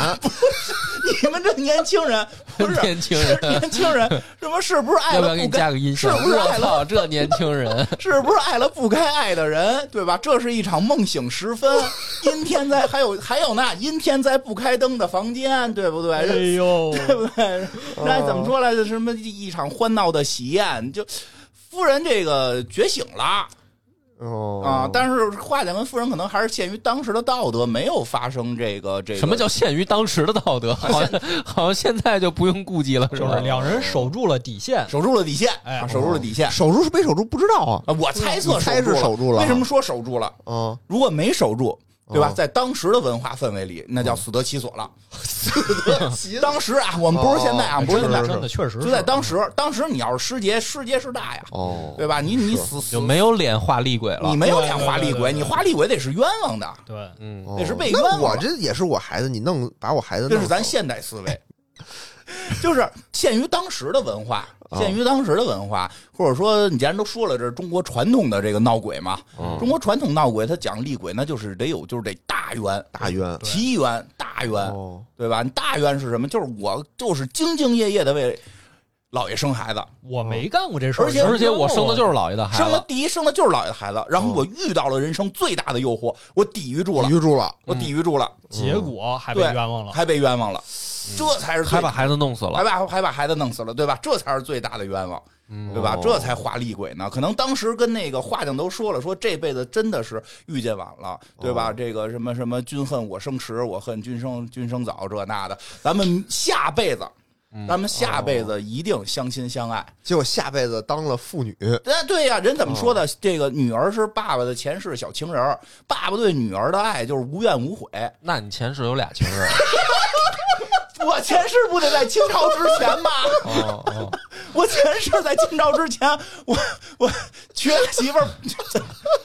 你们这年轻人不 是年轻人是年轻人，什么是不是爱要不要了给不你该加个音是效？不是我爱了操，这年轻人，是不是爱了不该爱的人，对吧？这是一场梦醒时分，阴天在，还有还有呢，阴天在不开灯的房间，对不对？哎哎呦，对不对？哦那怎么说来着？什么一场欢闹的喜宴，就夫人这个觉醒了哦啊！但是画家跟夫人可能还是限于当时的道德，没有发生这个这个什么叫限于当时的道德？好像 好像现在就不用顾忌了，是 就吧是？两人守住了底线。守住了底线，哎啊守住了底线。守住是没守住不知道啊，啊，我猜测你猜是守住了啊为什么说守住了？嗯，如果没守住，对吧？哦嗯在当时的文化氛围里，那叫死得其所 了。急了当时啊，我们不是现在啊，哦不是现在是，真的确实就在当时，当时你要是失节，失节是大呀，哦，对吧？你你死死就，没有脸画厉鬼了你。没有演华厉鬼，对对对对你华厉鬼得是冤枉的，对，嗯，哦那是被冤那枉了我这也是我孩子，你弄把我孩子弄死这了，是咱现代思 维，就是限于当时的文化，哦限于当时的文化，或者说你既然都说了，这是中国传统的这个闹鬼嘛，哦中国传统闹鬼，它讲厉鬼，那就是得有，就是得大冤。大冤，奇冤大冤，哦，对吧？你大冤是什么？就是我就是兢兢业业的为姥爷生孩子，我没干过这事儿，而且而且嗯我生的就是是老爷的孩生了子，第一生的就是姥爷的孩子，然后哦我遇到了人生最大的诱惑，我抵御住了抵，御住了，我抵御住了，结果还被冤枉了。还被冤枉了，这才是最嗯还把孩子弄死还了。把还把孩子弄死了，对吧？这才是最大的冤枉，对吧哦？这才画厉鬼呢。可能当时跟那个画匠都说了，说这辈子真的是遇见晚了，对吧？这个什么什么君恨我生迟，我恨君生君生早，这那的，咱们下辈子。咱们下辈子一定相亲相爱。结果下辈子当了妇女，那对呀、人怎么说的？这个女儿是爸爸的前世小情人儿，爸爸对女儿的爱就是无怨无悔。那你前世有俩情人， 我前世不得在清朝之前吗？ 哦哦， 我前世在清朝之前，我我娶了媳妇儿，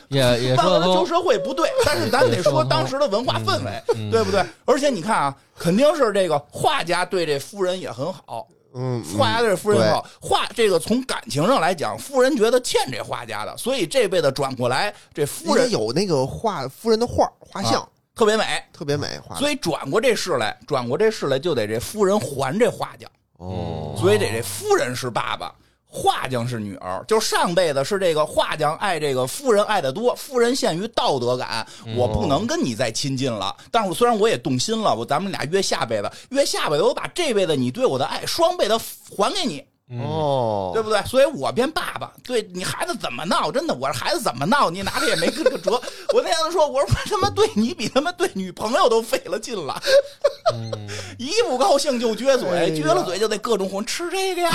也也办说完得了旧通。社会不 对，但是咱得说当时的文化嗯氛围，对不对？而且你看啊，肯定是这个画家对这夫人也很好，嗯，画家对夫人对很嗯好，画这个从感情上来讲，夫人觉得欠这画家的，所以这辈子转过来，这夫因为人嗯有那个画夫人的画画像、啊特别美，特别美，画的所以转过这世来，转过这世来就得这夫人还这画匠。哦，所以得这夫人是爸爸，画匠是女儿。就是上辈子是这个画匠爱这个夫人爱的多，夫人限于道德感，哦我不能跟你再亲近了。但是我虽然我也动心了，我咱们俩约下辈子，约下辈子我把这辈子你对我的爱双倍的还给你，嗯哦，嗯对不对？所以我变爸爸，对你孩子怎么闹？真的，我这孩子怎么闹？你拿着也没跟个辙。 我那天说，我说我他妈对你比他妈对女朋友都费了劲了，一不高兴就撅嘴，哎呀撅了嘴就得各种混，吃这个呀。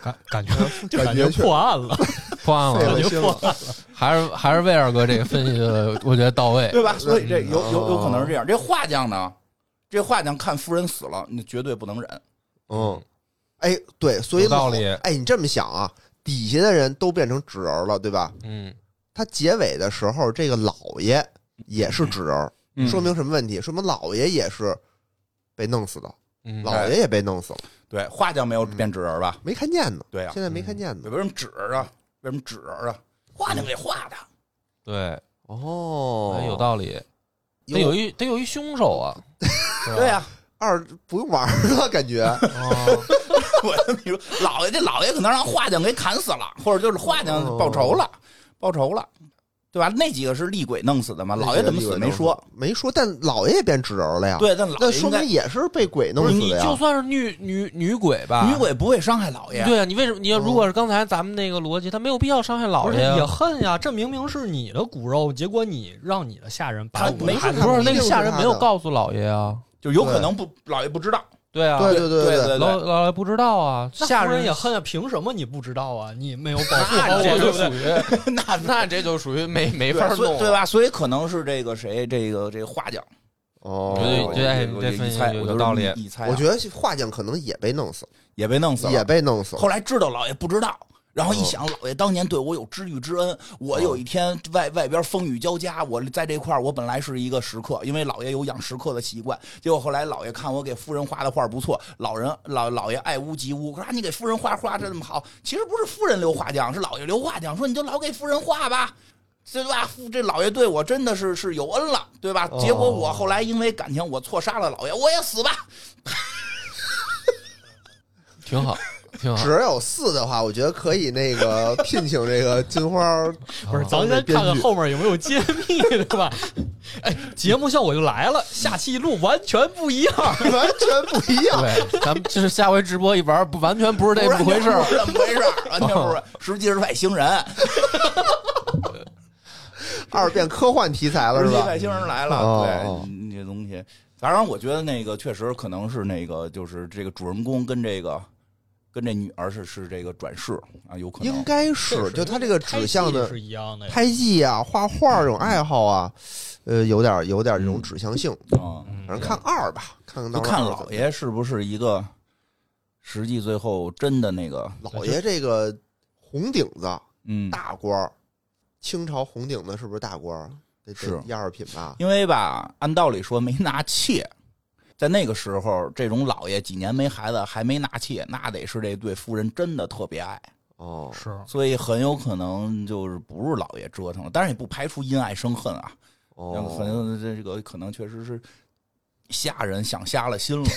感感觉感感觉觉确破案了，破案费了，了感心觉破了，还是还是魏二哥这个分析的，我觉得到位。对吧？所以这有有有可能哦是这样。这画匠呢，这画匠看夫人死了，你绝对不能忍。嗯，哎，对，所以有道理哎，你这么想啊，底下的人都变成纸人了，对吧？嗯，他结尾的时候，这个老爷也是纸人，嗯说明什么问题？说明老爷也是被弄死的，嗯老哎爷也被弄死了，对，画匠没有变纸人吧？没看见呢。对呀现在没看见呢。为什么纸人啊？为什么纸人啊？画匠给画的，对，哦哎，有道理，有得有一得有一凶手啊，对呀、二不用玩了，感觉啊 哦我就 比如老爷这老爷可能让画匠给砍死了，或者就是画匠报仇了，报仇了，对吧？那几个是厉鬼弄死的嘛？老爷怎么死没说？没说，但老爷也变纸人了呀。，对，但老那爷应说明该也是被鬼弄不是死你的就呀。算是女女女鬼吧，女鬼不会伤害老爷，啊对啊，你为什么你要嗯如果是刚才咱们那个逻辑，他没有必要伤害老而且爷也啊，恨呀，这明明是你的骨肉，结果你让你的下人把他我的没孩子他不是那一定个是下人他没有的告诉老爷啊，就有可能不老爷不知道，对啊，对对对对，对老老爷不知道啊，那下夫人人也恨啊，凭什么你不知道啊？你没有保护好那我，这对就不属对？于那那这就属于没没对法所弄以了，对吧？所以可能是这个谁，这个这个画匠，哦我觉得我觉得哎我这一分析猜，有有我就是道理一猜啊，我觉得画匠可能也被弄死了，也被弄死了，也被弄死了。哦后来知道老爷不知道，然后一想，老爷当年对我有知遇之恩，我有一天外外边风雨交加，我在这块儿我本来是一个食客，因为老爷有养食客的习惯，结果后来老爷看我给夫人画的画不错，老人老老爷爱屋及乌，说、啊、你给夫人画画这么好，其实不是夫人留画匠，是老爷留画匠，说你就老给夫人画吧。对吧？夫这老爷对我真的是是有恩了，对吧？哦结果我后来因为感情，我错杀了老爷，我也死吧。挺好挺好只，有四的话，我觉得可以 那个聘请这个金花，不是，咱那先啊编看看剧后面有没有揭秘，对吧？哎，节目效果就来了，下期一录完全 不一样。完全不一样。对， 咱们就是下回直播一玩，不完全不是这么回事儿不，是这么回事儿，完全不哦是，实际是外星人，二变科幻题材了实哦是际吧？外星人来了，哦对哦，你这东西。当然，我觉得那个确实可能是那个，就是这个主人公跟这个跟这女儿是是这个转世啊，有可应能。该是，就他这个指向的哎是一样的哎呀。拍戏啊、画画这种爱好啊，呃，有点有点这嗯种指向性。啊，反嗯正看二吧，看看就到看老老爷是不是一个实际最后真的那个，老爷这个红顶子嗯，大官儿，清朝红顶子是不是大官儿？得得是一二品吧？因为吧，按道理说没纳妾。在那个时候，这种老爷几年没孩子还没纳妾，那得是这对夫人真的特别爱。哦，是所以很有可能就是不是老爷折腾了，当然也不排除因爱生恨啊，很哦，有这这个可能确实是吓人想瞎了心了，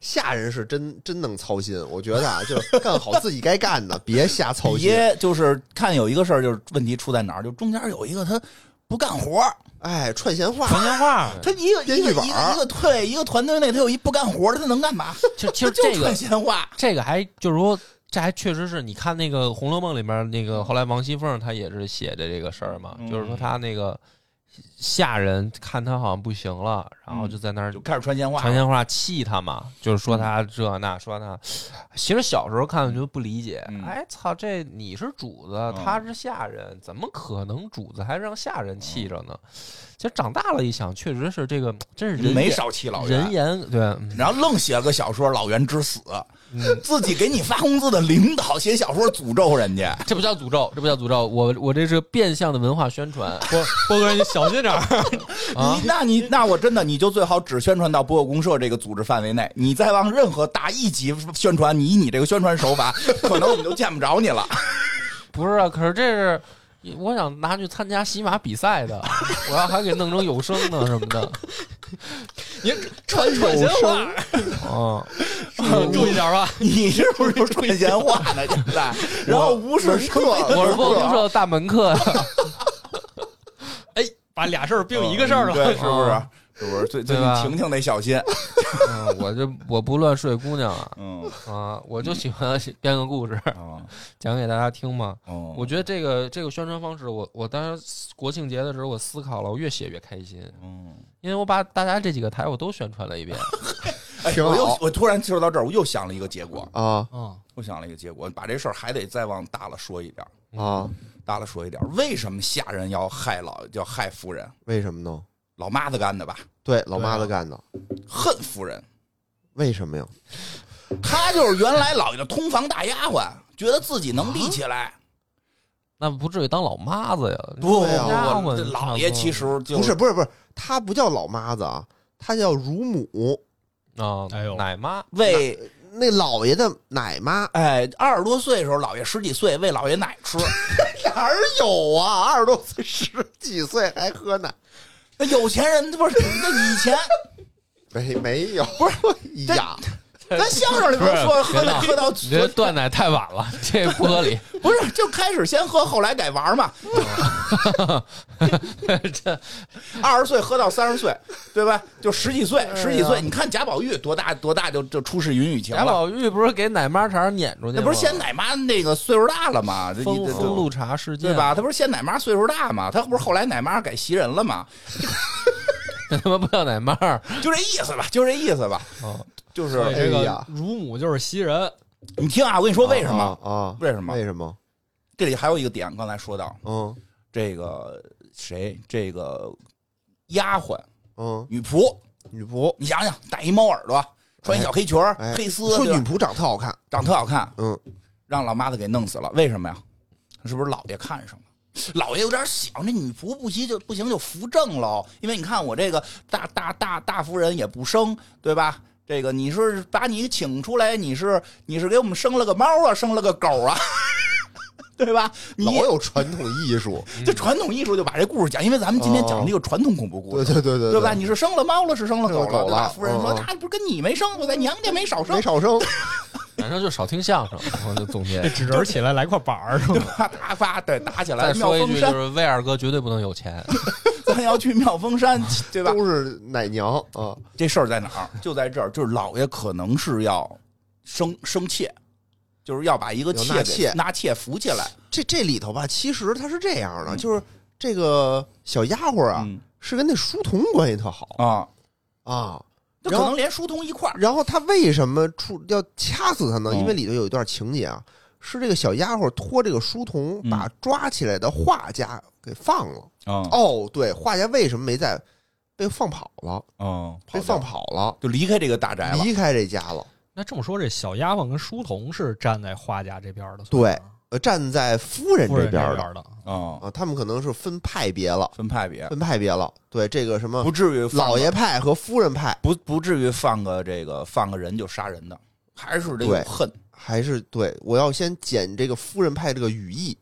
下人是真真能操心，我觉得啊， 就是干好自己该干的，别瞎操心。别就是看有一个事儿，就是问题出在哪儿，就中间有一个他不干活儿，啊哎，串闲话， 传闲话。他一个编一剧个本一个儿一个对一个团队内他有一不干活儿的，他能干嘛？其实其实 他就这传个闲话，这个还就是说，这还确实是你看那个《红楼梦》里面那个后来王熙凤她也是写的这个事儿嘛，嗯就是说她那个下人看她好像不行了，然后就嗯在那儿就开始传闲话，传闲话气她嘛，就是说她这那说那。其实小时候看就不理解嗯，哎操，这你是主子，他是下人，怎么可能主子还让下人气嗯着呢？其实长大了一想，确实是这个，真是人没言少气老人袁。言对。嗯然后愣写了个小说《老袁之死》，嗯自己给你发工资的领导写小说诅咒人家，这不叫诅咒，这不叫诅咒，我我这是变相的文化宣传波波哥，你小心 点儿。啊你！那你那我真的你就最好只宣传到播友公社这个组织范围内，你再往任何大一级宣传，你以你这个宣传手法， 可能我们就见不着你了。不是啊，可是这是我想拿去参加喜马比赛的，我要还给弄成有声呢什么的，您传传闲话，嗯， 注意点儿吧。你是不是就传闲话呢？现在，然后无事生非我我是播啊客社大门客，哎，把俩事儿并一个事儿嗯对，嗯了。是不是？是不是？最最对近吧晴晴得 小心。嗯我这我不乱睡姑娘啊嗯啊，我就喜欢编个故事啊讲给大家听嘛。哦，我觉得这个这个宣传方式，我我当时国庆节的时候我思考了，我越写越开心，嗯，因为我把大家这几个台我都宣传了一遍。哎，挺好我又我突然接触到这儿，我又想了一个结果，啊哦嗯，又想了一个结果，把这事儿还得再往大了说一点儿，啊！大了说一点儿。为什么下人要害老要害夫人？为什么呢？老妈子干的吧？对，老妈对子啊干的，恨夫人，为什么呀？她就是原来老爷的通房大丫鬟，觉得自己能立起来。那不至于当老妈子呀？不不对啊家不伙这老爷其实就不是不是不是，她不叫老妈子啊，她叫乳母。啊，哎呦奶妈为那老爷的奶妈哎二十多岁的时候，老爷十几岁喂老爷奶吃，哪儿有啊？二十多岁、十几岁还喝奶？那有钱人不是那以前没哎没有？不是呀，咱相声里头说喝奶喝到你这断奶太晚了，这不合 理。不是就开始先喝，后来改玩嘛。这二十岁喝到三十岁，对吧？就十几岁，十几岁。你看贾宝玉多大多大就就出仕云雨情哎贾了，宝玉不是给奶妈茬撵出去那吗？不是先奶妈那个岁数大了吗？这封这封路茶事件对？嗯吧？他不是先奶妈岁数大嘛？他不是后来奶妈改袭人了嘛？这他妈不叫奶妈儿，就这意思吧，就这意思吧。哦就是所以这哎个呀乳母就是袭人，你听啊，我跟你说为什么？啊啊？为什么为什么？这里还有一个点，刚才说到嗯这个谁，这个丫鬟嗯，女仆，女仆，你想想，戴一猫耳朵，穿一小黑裙儿，哎，黑丝，说对吧女仆长得特好看，长特好看，嗯，让老妈子给弄死了，为什么呀？是不是老爷看上了？老爷有点想，这女仆不行就不行就扶正喽，因为你看我这个大大大大夫人也不生，对吧？这个你是把你请出来，你是你是给我们生了个猫啊，生了个狗啊， 对吧？你老有传统艺术，这传统艺术就把这故事讲，因为咱们今天讲这个传统恐怖故事 对，对对对对吧？你是生了猫了，是生了狗生了狗对吧？了夫人说：“嗯嗯他不是跟你没生，我在娘家没少生没。少生，反正就少听相声，我就总结哎这。纸人起来来块板儿是” 吧？啪啪 啪，对，打起来再了。妙说一峰句，山就，是魏二哥绝对不能有钱。咱要去妙峰山，对吧？都是奶娘啊，这事儿在哪儿？就在这儿，就是老爷可能是要生生妾，就是要把一个要妾纳给妾纳妾扶起来。这这里头吧，其实它是这样的，嗯就是这个小丫鬟啊，嗯是跟那书童关系特好啊，啊。那然可后能连书童一块儿。然后他为什么出要掐死他呢？嗯因为里头有一段情节啊，是这个小丫鬟托这个书童嗯把抓起来的画家给放了。哦哦，对，画家为什么没在？被放跑了，哦，被放跑了，就离开这个大宅了。离开这家了。那这么说，这小丫鬟跟书童是站在花家这边的，对，呃，站在夫人夫这人边的边的，哦，啊，他们可能是分派别了，分派别，分派别了。对，这个什么不至于放个嗯老爷派和夫人派，不不至于放个这个放个人就杀人的，还是这有对恨。还是对我要先捡这个夫人派这个羽翼，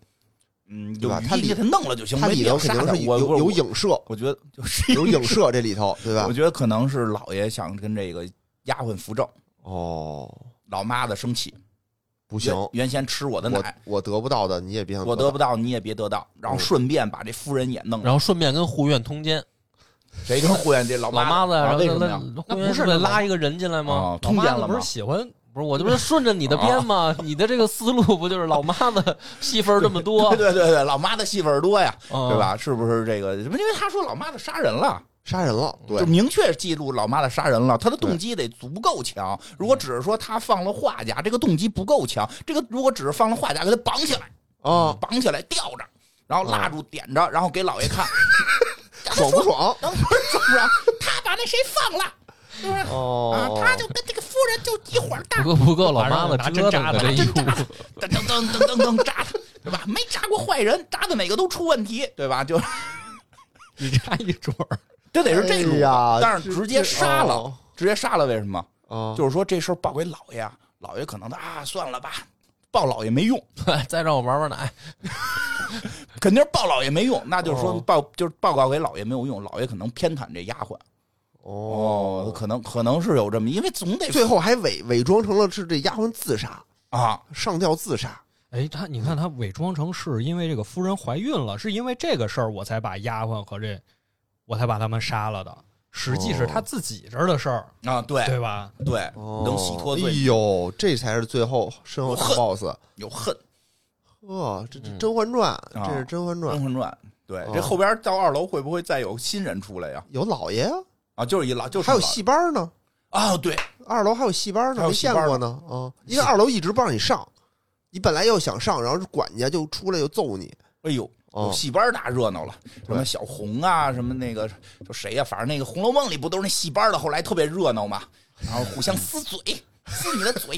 嗯，对有吧余他地里给他弄了就行，它没必里要头肯杀定他。是我有有有我影射，我觉得 就是有影射这里头，对吧我？觉得可能是老爷想跟这个丫鬟扶正，哦，老妈子生气，不不行，原先吃我的我奶，我得不到的你也别想我得得不到你也别得到，然后顺便把这夫人也弄了。然后顺便跟护院通奸，谁跟护院这老老妈子，啊然后为那什么呀？那那护不院是得那拉一个人进来吗？啊，老通妈奸子了不吗是？喜欢不是，我这不是顺着哦你的编吗？你的这个思路不就是老妈子戏份儿这么多 嗯对，对对对，老妈的戏份儿多呀，对对？吧？是不是这个？因为他说老妈子杀人了，杀人了，对就，明确记录老妈子杀人了，他的动机得足够强。如果只是说他放了画家，这个动机不够强。这个如果只是放了画家，给他绑起来，啊，绑起来吊着，然后蜡烛点着，然后给老爷看，爽不爽？然后不是怎么着？他把那谁放了，就是啊，哦，他就跟这个夫人就一会儿干不，够不够，老妈子拿针折腾扎的他这一真扎屋他，噔噔噔噔噔噔扎他，对吧？没扎过坏人，扎的哪个都出问题，对吧？就你差一准儿，这得是这路哎呀子，但是直接杀了哦，直接杀了，为什么？啊，就是说这事儿报给老爷，啊，老爷可能啊算了吧，报老爷没用， 再让我玩玩奶，肯定是报老爷没用，那就是说哦报、就是报告给老爷没有用，老爷可能偏袒这丫鬟，哦，可能可能是有这么，因为总得最后还伪伪装成了是这丫鬟自杀，啊，上吊自杀，哎，他你看他伪装成是因为这个夫人怀孕了，是因为这个事儿我才把丫鬟和这我才把他们杀了的，实际是他自己这儿的事儿，啊，对对吧？对，哦能洗脱哎罪、呦，这才是最后身后大恨 boss。有恨，呵，这这《嗯甄嬛传》，啊这是《甄嬛《传甄》，嬛传》对，哦这后边到二楼会不会再有新人出来呀？有老爷啊，啊，就是一老，就是还有老戏班呢，啊，对，二楼还有戏班还呢，有没戏见班过呢啊！因为二楼一直不让你上，你本来又想上，然后管家就出来就揍你。哎呦，有哦戏班儿大热闹了，什么对小红啊，什么那个就谁呀、反正那个《红楼梦》里不都是那戏班儿的，后 来特别热闹嘛，然后互相撕嘴，撕你的嘴，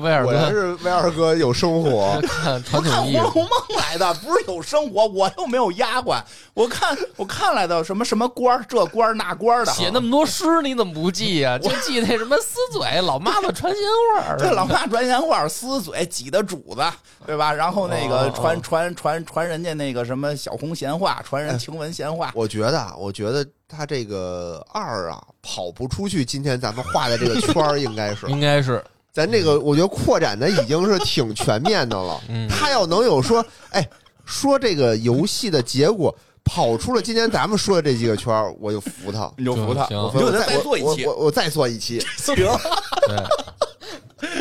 威尔我还顿，是威尔哥有生活看我传看《统红艺楼术，梦》来的，不是有生活，我又没有丫鬟。我看我看来的什么什么官儿，这官儿那官儿的，啊写那么多诗你怎么不记呀、就记那什么撕嘴、老妈子传闲话儿。对老妈传闲话，撕嘴挤的主子，对吧？然后那个哦传传传传人家那个什么小红闲话，传哎人晴雯闲话。我觉得啊，我觉得他这个二啊跑不出去。今天咱们画的这个圈儿，应 该是应该是，咱这个，我觉得扩展的已经是挺全面的了。嗯，他要能有说，哎，说这个游戏的结果跑出了今天咱们说的这几个圈儿，我就服他。你就服他，行我你就我得再做一期我。我我再做一期。行，对，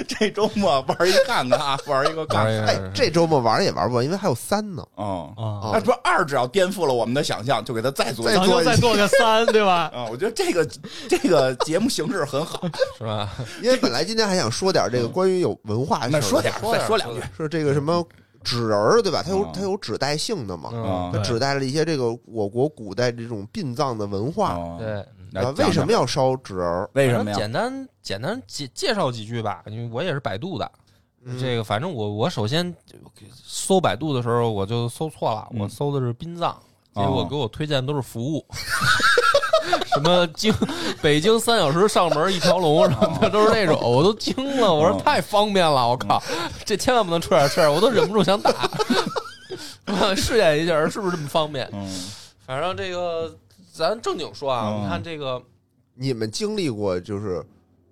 这周末玩一看看啊，玩一个看玩看。意儿哎，这周末玩儿也玩不完，因为还有三呢。嗯，啊，那说二只要颠覆了我们的想象，就给他再做一再期。咱就再做个三，对 吧？啊，我觉得这个这个节目形式很好。是吧？因为本来今天还想说点这个关于有文化的嗯那事儿，说点儿，说点再儿说两句。是这个什么纸人儿，对吧？它有嗯它有指代性啊的嘛，嗯，它对指代了一些这个我国古代这种殡葬的文化。哦，对，那啊讲，讲为什么？要烧纸人儿？为反什正么呀？简单简单介介绍几句吧，因为我也是百度的。嗯这个反正我我首先搜百度的时候我就搜错了，嗯我搜的是殡葬，哦结果给我推荐的都是服务， 什么京北京三小时上门一条龙什么的，都是那种，我都惊了，我说哦太方便了，我靠，嗯这千万不能出点事儿，我都忍不住想打， 我试验一下是不是这么方便。嗯，反正这个咱正经说啊，嗯你看这个你们经历过就是，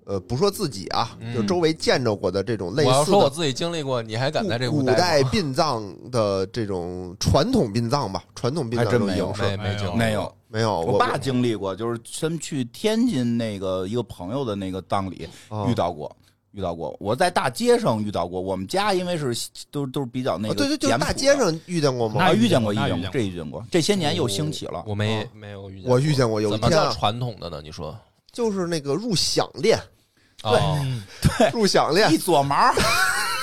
呃，不说自己啊，嗯就周围见着过的这种类我要似说我的自己经历过，你还敢在这古古待代吗殡葬的这种传统殡葬吧？传统殡葬还这真种没有形式没没经历没有，没有。我我爸经历过，就是他们去天津那个一个朋友的那个葬礼，啊遇到过，遇到过。我在大街上遇到过。我们家因为是都都是比较那啊个对对，就是简朴大的街上遇见过吗那？啊，遇见那遇遇见见过这遇见过。这些年又兴起了我，我没啊没有遇见，我遇见过有一怎么天叫啊传统的呢？你说就是那个入响殿，对哦嗯入响殿一，撮毛，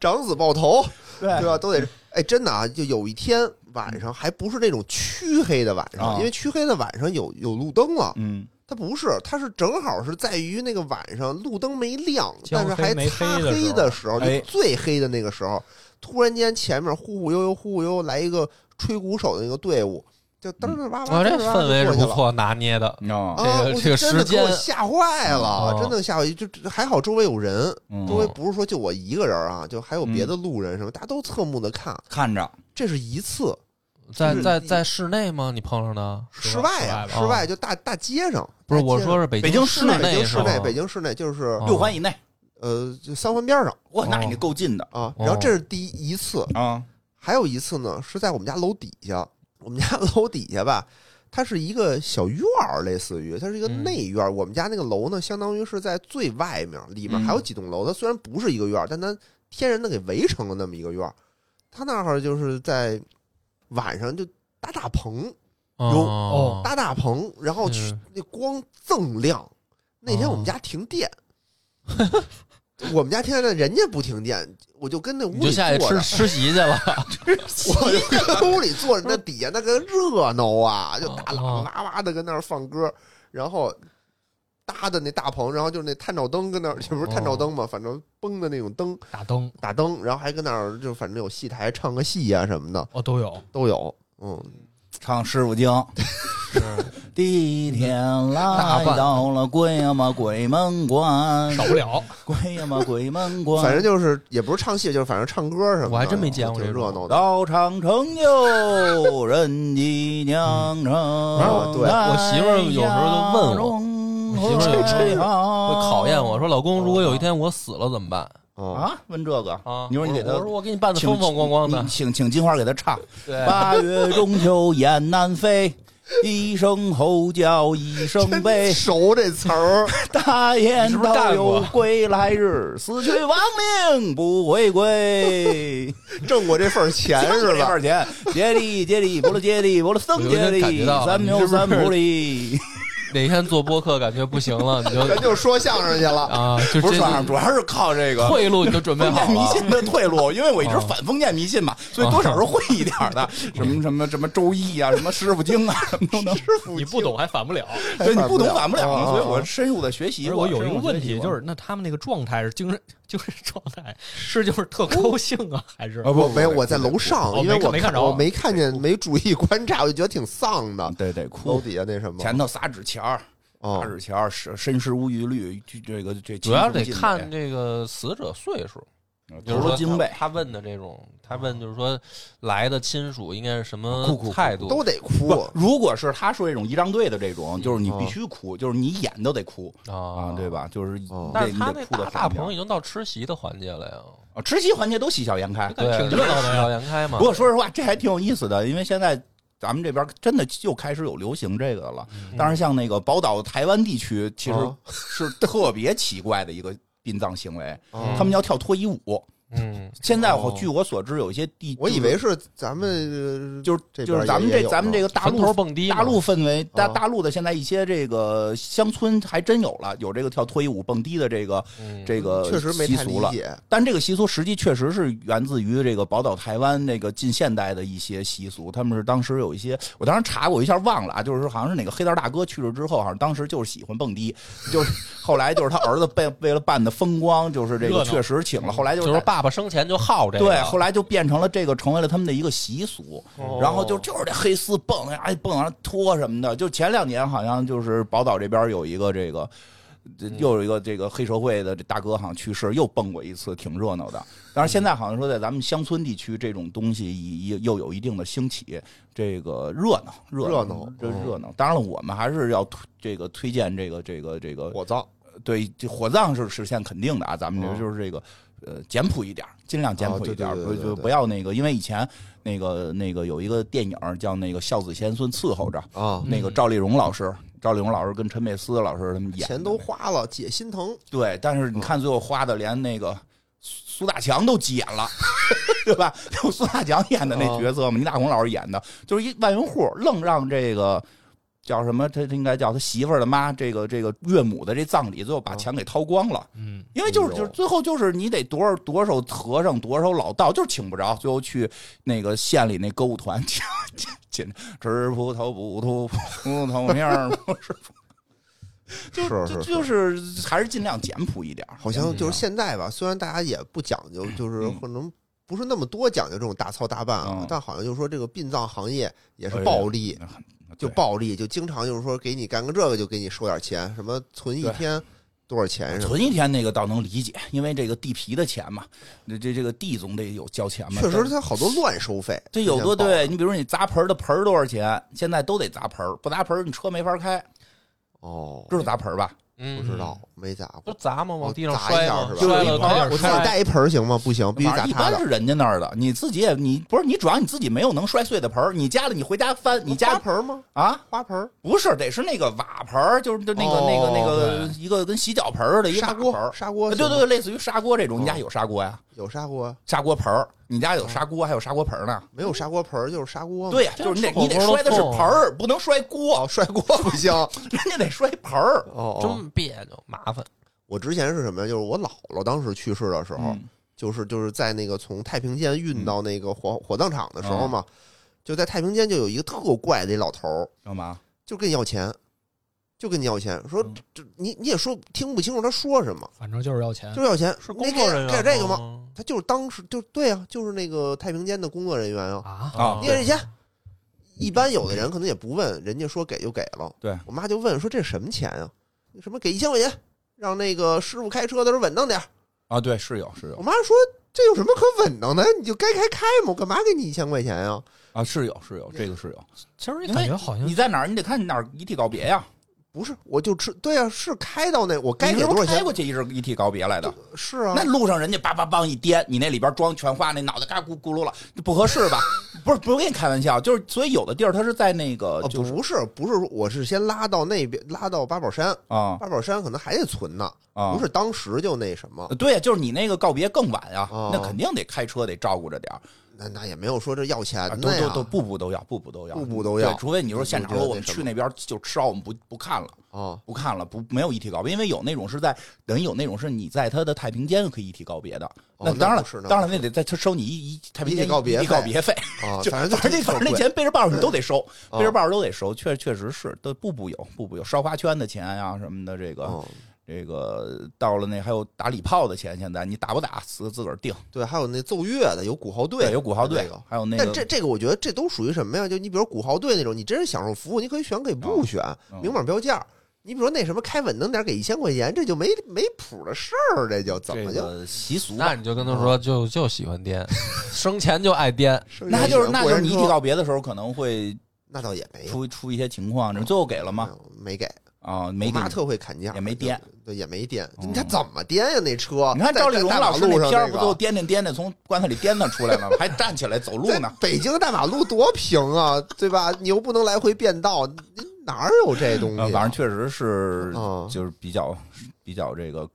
长子抱头，对 对吧？都得是哎，真的啊！就有一天晚上，还不是那种黢黑的晚上，啊因为黢黑的晚上有有路灯了，嗯，它不是，它是正好是在于那个晚上路灯没亮，焦但黑是还没擦黑的时候黑的时候，哎就最黑的那个时候，突然间前面忽忽悠悠忽忽悠悠来一个吹鼓手的那个队伍，就噔噔哇哇，嗯哦我这噔噔哇哇氛围是就不过去了。错拿捏的，哦，这啊！个我这个真时的给我间吓坏了，嗯真的吓我！就就还好周围有人，嗯周围不是说就我一个人啊，就还有别嗯的路人什么，大家都侧目的看。看着，这是一次，在是在在室内吗？你碰上的室外呀、室室外吧外就大大街上，不是？大街上我说是北北京室室内北京是室吗内，北京市内就是哦六环以内，呃就三环边上哇，那哦你够近的啊。哦然后这是第一次，啊，还有一次呢是在我们家楼底下，我们家 楼底下吧。它是一个小院儿，类似于它是一个嗯内院儿。我们家那个楼呢，相当于是在最外面，里面嗯还有几栋楼。它虽然不是一个院儿，但它天然的给围成了那么一个院儿。它那儿就是在晚上就搭大棚，有哦搭大棚，然后去嗯哦那光锃亮。那天我们家停电， 我们家停电，人家不停电，我就跟那你屋就里下去坐着吃，吃席去了，我就跟屋里坐着，那底下那个热闹啊，就大哦喇叭哇哇的跟那儿放歌，然后搭的那大棚，然后就是那探照灯跟那儿，也哦不是探照灯嘛，反正崩的那种灯打灯打灯，然后还跟那儿就反正有戏台唱个戏啊什么的哦都有，都有，嗯，唱《师傅经》。第一天大来半到了鬼呀嘛鬼门关，少不了。鬼呀嘛鬼门关，反正就是也不是唱戏，就是反正唱歌什么的，我还真没见过挺这种热闹的。到长城就人迹酿成。啊对我媳妇儿有时候就问我我我媳妇儿有时候会会考验我说老公，如果有一天我死了怎么办啊，啊，问这个啊？你说你给他我说我给你办的请风风光光的你，请请金花给他唱对《八月中秋雁南飞》。一声吼叫一声悲，熟这词儿，大雁道有归来日，死去亡命不回 归。挣过这份 儿钱是多吧？少钱？接力接力，不了接力，不了僧接我有点感力觉到，了三牛三不利。哪天做播客感觉不行 了，你就咱就说相声去了。啊，就不这是说相声，主要是靠这个退路你就准备封好建迷了。哦信的退路，因为我一直反封建迷信嘛，所以多少是会一点儿的，什么什么什么周易啊，什么师傅经啊，什么都能，你不懂还反不了。对你不懂反不了啊啊啊所以我深入的学习其实过。我有一个问深入地学习题，过就是那他们那个状态是精神 就是状态是就是特高兴啊，还是啊不，没有，我在不楼上，哦因为没我看没看着我没看见，没注意观察，我就觉得挺 丧的。对对楼哭，底下那什么，前头撒纸钱儿，撒哦，纸钱儿，是深思无余虑，这这个这主要得看这个死者岁数，比投如入说经他费，他问的这种，他问就是说来的亲属应该是什么哭哭哭态度？都得不哭，，啊如果是他说这种仪仗队的这种，就是你嗯必须哭，就是你演都得哭啊啊，对？吧？就是哦但得是你他得那哭的大大棚已经到吃席的环节了呀，啊，吃席环节都喜笑颜开。对，挺热闹的呀要言开啊嘛。不过说实话，这还挺有意思的，因为现在咱们这边真的又开始有流行这个了。嗯当然，像那个宝岛台湾地区，其实哦是特别奇怪的一个殡葬行为，哦嗯他们叫跳脱衣舞。嗯，现在我哦据我所知，有一些地，我以为是咱们就是这就是边咱们也这有啊咱们这个呢大坟头陆蹦迪嘛，大陆氛围，大啊大陆的现在一些这个乡村还真有了，有这个跳脱衣舞蹦迪的这个嗯这个确实没习太俗理了。解。但这个习俗实际确实是源自于这个宝岛台湾那个近现代的一些习俗，他们是当时有一些，我当时查过一下忘了啊，就是说好像是哪个黑道大哥去世之后，好像当时就是喜欢蹦迪，就是 后来就是他儿子被为了办的风光，就是这热个闹确实请了，后来就就是是说爸爸生前就好这个，对，后来就变成了这个成为了他们的一个习俗，哦然后就就是这黑丝蹦呀，哎蹦完了脱什么的。就前两年好像就是宝岛这边有一个这个，这又有一个这个黑社会的这大哥好像去世，又蹦过一次，挺热闹的。但是现在好像说在咱们乡村地区，这种东西已已又有一定的兴起，这个热闹热热闹这热闹。当然了，我们还是要推这个推荐这个这个这个火葬对，这火葬是是现肯定的啊，咱们这嗯就是这个。呃，简朴一点儿，尽量简哦朴对一点儿，对不对对就对不要那个，因为以前那个那个有一个电影儿叫那个《孝子贤孙伺候着》，啊，那个赵丽蓉老师，赵丽蓉老师跟陈佩斯老师他们演的钱都花了，姐心疼。对，但是你看最后花的连那个苏苏大强都急眼了， 对吧？ 就苏大强演的那角色嘛，倪大红老师演的，就是一万元户，愣让这个叫什么？他他应该叫他媳妇儿的妈，这个这个岳母的这葬礼，最后把钱给掏光了。嗯，因为就是哎就呦是最后就是你得多少多少和尚多少老道，就是请不着，最后去那个县里那歌舞团， 请请吃葡萄不吐葡萄面儿，不是 就是是就是就是还是尽量简朴一点儿，好像就是现在吧，虽然大家也不讲究，就是嗯可能不是那么多讲究这种大操大办啊嗯，哎但好像就是说这个殡葬行业也是暴利，就报暴利，就经常就是说给你干个这个就给你收点钱，什么存一对天多少钱什么的。存一天那个倒能理解，因为这个地皮的钱嘛，这这这个地总得有交钱嘛。确但实，它好多乱收费，这有多之前报对你，比如你砸盆儿的盆儿多少钱？现在都得砸盆儿，不砸盆儿你车没法开，哦，知道砸盆儿吧？嗯不知道没砸不过，砸吗？往地上哦砸一摔下吗？是吧摔就了一盆儿往我地自上己摔。带一盆行吗？不行，必须反砸正一他般的是。人家那儿的，你自己也你不是你，主要你自己没有能摔碎的盆儿，你家里你回家翻，你花家盆吗？啊花盆不是得是那个瓦盆儿，就是那个、那个那个一个跟洗脚盆儿似的一个哦瓦砂盆锅，儿，啊砂锅对行对对，吗类似于砂锅这种，哦你家有砂锅呀？有砂锅，砂锅盆儿，你家有砂锅还有砂锅盆儿呢？没有砂锅盆儿就是砂锅嘛。嗯对呀，这就是你得吃火锅都你得摔的是痛盆儿，不能摔哦，锅，摔锅不行。 人家得摔盆儿。哦，哦真别扭，麻烦。我之前是什么呀？就是我姥姥当时去世的时候，嗯就是就是在那个从太平间运到那个火火葬场的时候嘛，就在太平间就有一个特怪的一老头儿，干嘛？就跟你要钱，就跟你要钱，说嗯这这你你也说听不清楚他说什么，反正哎就是要钱就，是要钱，是你工给作人员给这个吗？吗？他就是当时就对啊，就是那个太平间的工作人员啊，啊啊你给这钱。一般有的人可能也不问，人家说给就给了。对我妈就问说这什么钱啊？什么给一千块钱，让那个师傅开车的时候稳当点儿。啊，对，是有是有我妈说这有什么可稳当的？你就该开开嘛，我干嘛给你一千块钱呀、啊，是有是有，这个是有。其实因为感觉好像你在哪儿？你得看你哪儿遗体告别呀。不是，我就吃对呀、啊是开到那我该你给是不多是少开钱？过去一是遗体告别来的？是啊那，路上人家叭叭叭一颠，你那里边装全花，那脑袋嘎咕咕噜了，不合适 吧？不是，不用跟你开玩笑，就是所以有的地儿它是在那个哦就是不是不是，我是先拉到那边，拉到八宝山，啊八宝山可能还得存呢，啊，不是当时就那什么，对，就是你那个告别更晚呀，哦那肯定得开车得照顾着点儿，那那也没有说这要钱啊都的呀都，都步步都要，步步都要，步步都要对，除非你说现场说步步就我们那什么去那边就吃啊完我们不不看了。啊不看了，不没有遗体告别，因为有那种是在等于有那种是你在他的太平间可以遗体告别的，哦那当然了不是，那当然了那得在他收你一一太平间遗体告别遗体费告 别费，啊，就反反正就正那反正那贵钱背着包你都得收，啊背着包都得收，确确实是都步步有步步有烧花圈的钱呀、什么的，这个、哦这个到了那还有打礼炮的钱，现在你打不打自自个儿定。对，还有那奏乐的，有鼓号队，有鼓号队那个，还有那个。但这这个我觉得这都属于什么呀？就你比如鼓号队那种，你真是享受服务，你可以选可以不选，嗯明码标价。你比如说那什么开稳当点给一千块钱，这就没没谱的事儿，这就怎么这就个习俗吧那你就跟他说，就就喜欢颠，生前就爱颠，剩下那就是一那就或者是你说提告别的时候可能会那倒也没有出出一些情况，你最后给了吗？嗯没给，啊，我没给妈。特会砍价，也没颠就，对，也没颠。嗯他怎么颠呀？那车，你看在赵丽蓉老师那片儿，不在大马就路上颠颠颠颠从棺材里颠颠出 来了吗？还站起来走路那个在呢。北京的大马路多平啊，对吧？你又不能来回变道，你哪儿有这东西呃啊？反正确实是嗯，就是比较比较这个，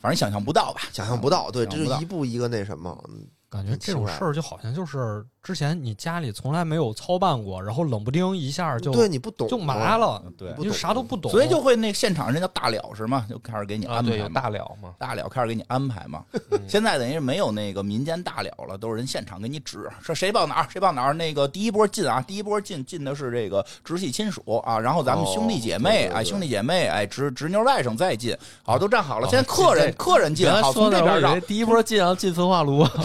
反正想象不到吧，想象不到，对，想这象不就到一步一个那什么，嗯感觉这种事儿就好像就是之前你家里从来没有操办过，然后冷不丁一下就对，你不懂，就麻了，对不你就啥都不懂，所以就会那现场人叫大了是吗？就开始给你啊，安对，有排嘛大了嘛，大了开始给你安排嘛。嗯 现在等于是没有那个民间大了了，都是人现场给你指，说谁报哪儿，谁报哪儿。那个第一波进啊，第一波进进的是这个直系亲属啊，然后咱们哦兄弟姐妹，对对哎，对兄弟姐妹，哎，侄侄女外甥再进，好，都站好了。哦现在客人进这客人 进，原来好，说从那儿这边我以绕为，第一波进啊，进焚化炉，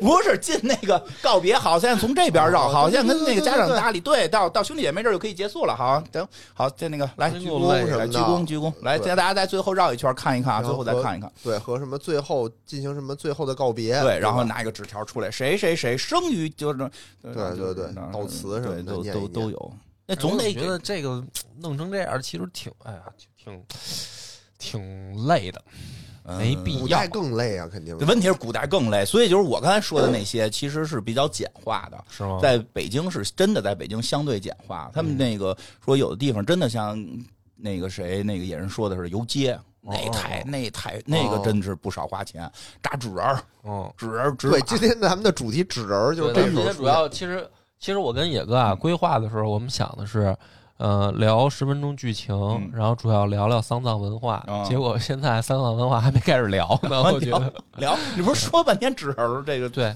不是进那个告别，好，现在从这边绕，哦好，对现在跟对那个对家对长对搭理，对，到到兄弟姐妹这儿就可以结束了。好，等好，再那个来真鞠够躬累来什么鞠的躬鞠躬，来，对大家在最后绕一圈看一看啊，然最后后再和看一看。对，和什么最后进行什么最后的告别，对，然后吧拿一个纸条出来，谁谁谁生于就是对对对对悼词什么的都念一都念都有，那总得哎我觉给得这个弄成这样，其实挺，哎呀，挺挺累的，没必古要代更累啊，肯定嗯问题是古代更累，所以就是我刚才说的那些其实是比较简化的。是哦吗？在北京是真的，在北京相对简化。嗯他们那个说有的地方真的像那个谁那个野人说的是游街，哦那太那太那个真是不少花钱，扎纸人儿、嗯，纸人儿、纸对，马今天咱们的主题纸人儿就是对咱这种今天主要其实其实我跟野哥啊规划的时候，我们想的是。呃，聊十分钟剧情，嗯然后主要聊聊丧葬文化。啊结果现在丧葬文化还没开始聊 呢，我觉得。聊，你不是说半天纸人儿这个对，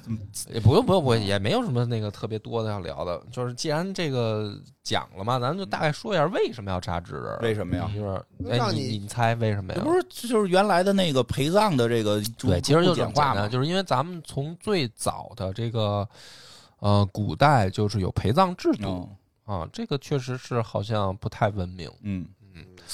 也不用不用不用，也没有什么那个特别多的要聊的。就是既然这个讲了嘛，咱们就大概说一下为什么要扎纸人儿。为什么呀？就是哎，让你你你猜为什么呀这？不是就是原来的那个陪葬的这个逐对，其实逐就步是简化嘛，就是因为咱们从最早的这个呃古代就是有陪葬制度、嗯啊，这个确实是好像不太文明，嗯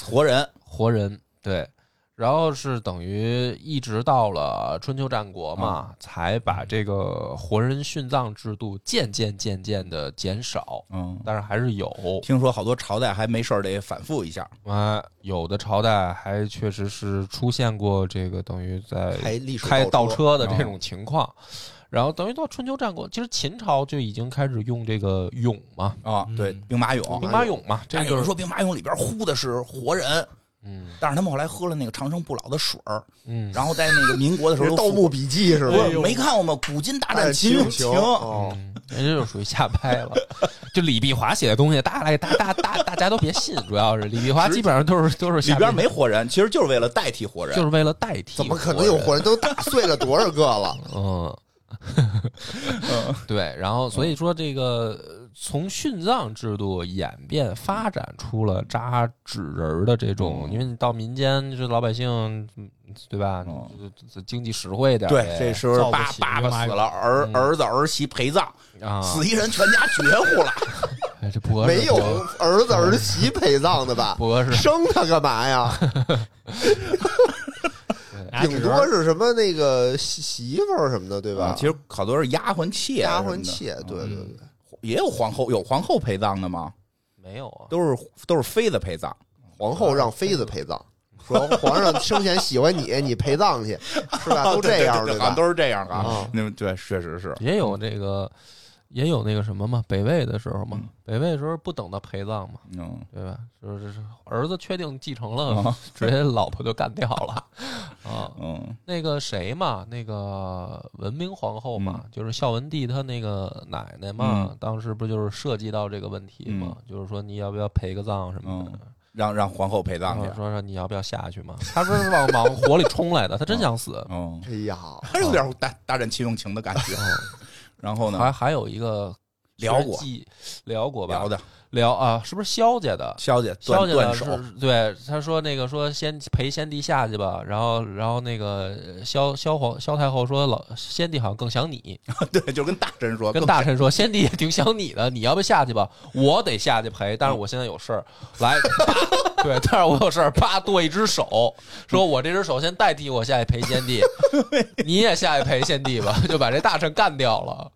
活人活人对。然后是等于一直到了春秋战国嘛，才把这个活人殉葬制度渐渐渐渐的减少，嗯。但是还是有，听说好多朝代还没事儿得反复一下，啊，有的朝代还确实是出现过这个等于在开历史开倒倒车啊的哦这种情况。然后等于到春秋战国，其实秦朝就已经开始用这个俑嘛，啊，嗯对，兵马俑兵，马俑嘛，这但个有就人是说兵马俑里边呼的是活人，嗯但是他们后来喝了那个长生不老的水儿，嗯，然后在那个民国的时是 候《又盗复墓哎笔记》是不吧？是没看过吗？古今大战秦俑情，哦，嗯，那这就属于瞎掰了。就李碧华写的东西，大家大大大大家都别信，主要是李碧华基本上都是都是瞎里边编没活人，其实就是为了代替活人就是为了代替，怎么可能有活人？都打碎了多少个了？嗯，嗯 对，然后所以说这个呃从殉葬制度演变发展出了扎纸人儿的这种，嗯因为你到民间这老百姓，嗯对吧？嗯就就就经济实惠点儿对呗，这时候造不爸起爸兵爸马俑死了，儿嗯儿子儿媳陪葬，啊，死一人全家绝户了，哎这 不合适，没有不合儿子儿媳陪葬的吧？不合适，生他干 嘛呀？拿 顶纸人多儿是什么那个媳媳妇儿什么的，对啊吧？啊其实好多是丫鬟妾啊丫什么的，嗯鬟妾，对对对， 也有皇后，有皇后陪葬的吗？没有啊，都是都是妃子陪葬，皇后让妃子陪葬，说皇上生前喜欢你， 你陪葬去，是 吧？都这样，对对对对好吧像？都是这样啊啊。那么对，确实是，也有这个。也有那个什么嘛，北魏的时候嘛，嗯北魏的时候不等到陪葬嘛，嗯，对吧？就是儿子确定继承了，啊嗯直接老婆就干掉 了啊。嗯那个谁嘛，那个文明皇后嘛，就是孝文帝他那个奶奶嘛，嗯当时不就是涉及到这个问题嘛，就是说你要不要陪个葬什嗯么的，让让皇后陪然葬后去，说说你要不要下去嘛，他说是往往火里冲来的，他真想死。嗯，哎呀，嗯还有点大大战秦俑情的感觉。然还后呢，还有一个聊过记聊过吧？聊的聊啊，是不是肖家的？肖姐肖断家断的手， 是对他说那个说先陪先帝下去吧，然后然后那个呃萧萧皇萧太后说老先帝好像更想你，对，就跟大神说，跟大臣说先帝也挺想你的，你要不下去吧？我得下去陪，但是我现在有事儿，来， 啪对，但是我有事儿，啪剁一只手，说我这只手先代替我下去陪先 帝，你也下去陪先帝吧，就把这大臣干掉了。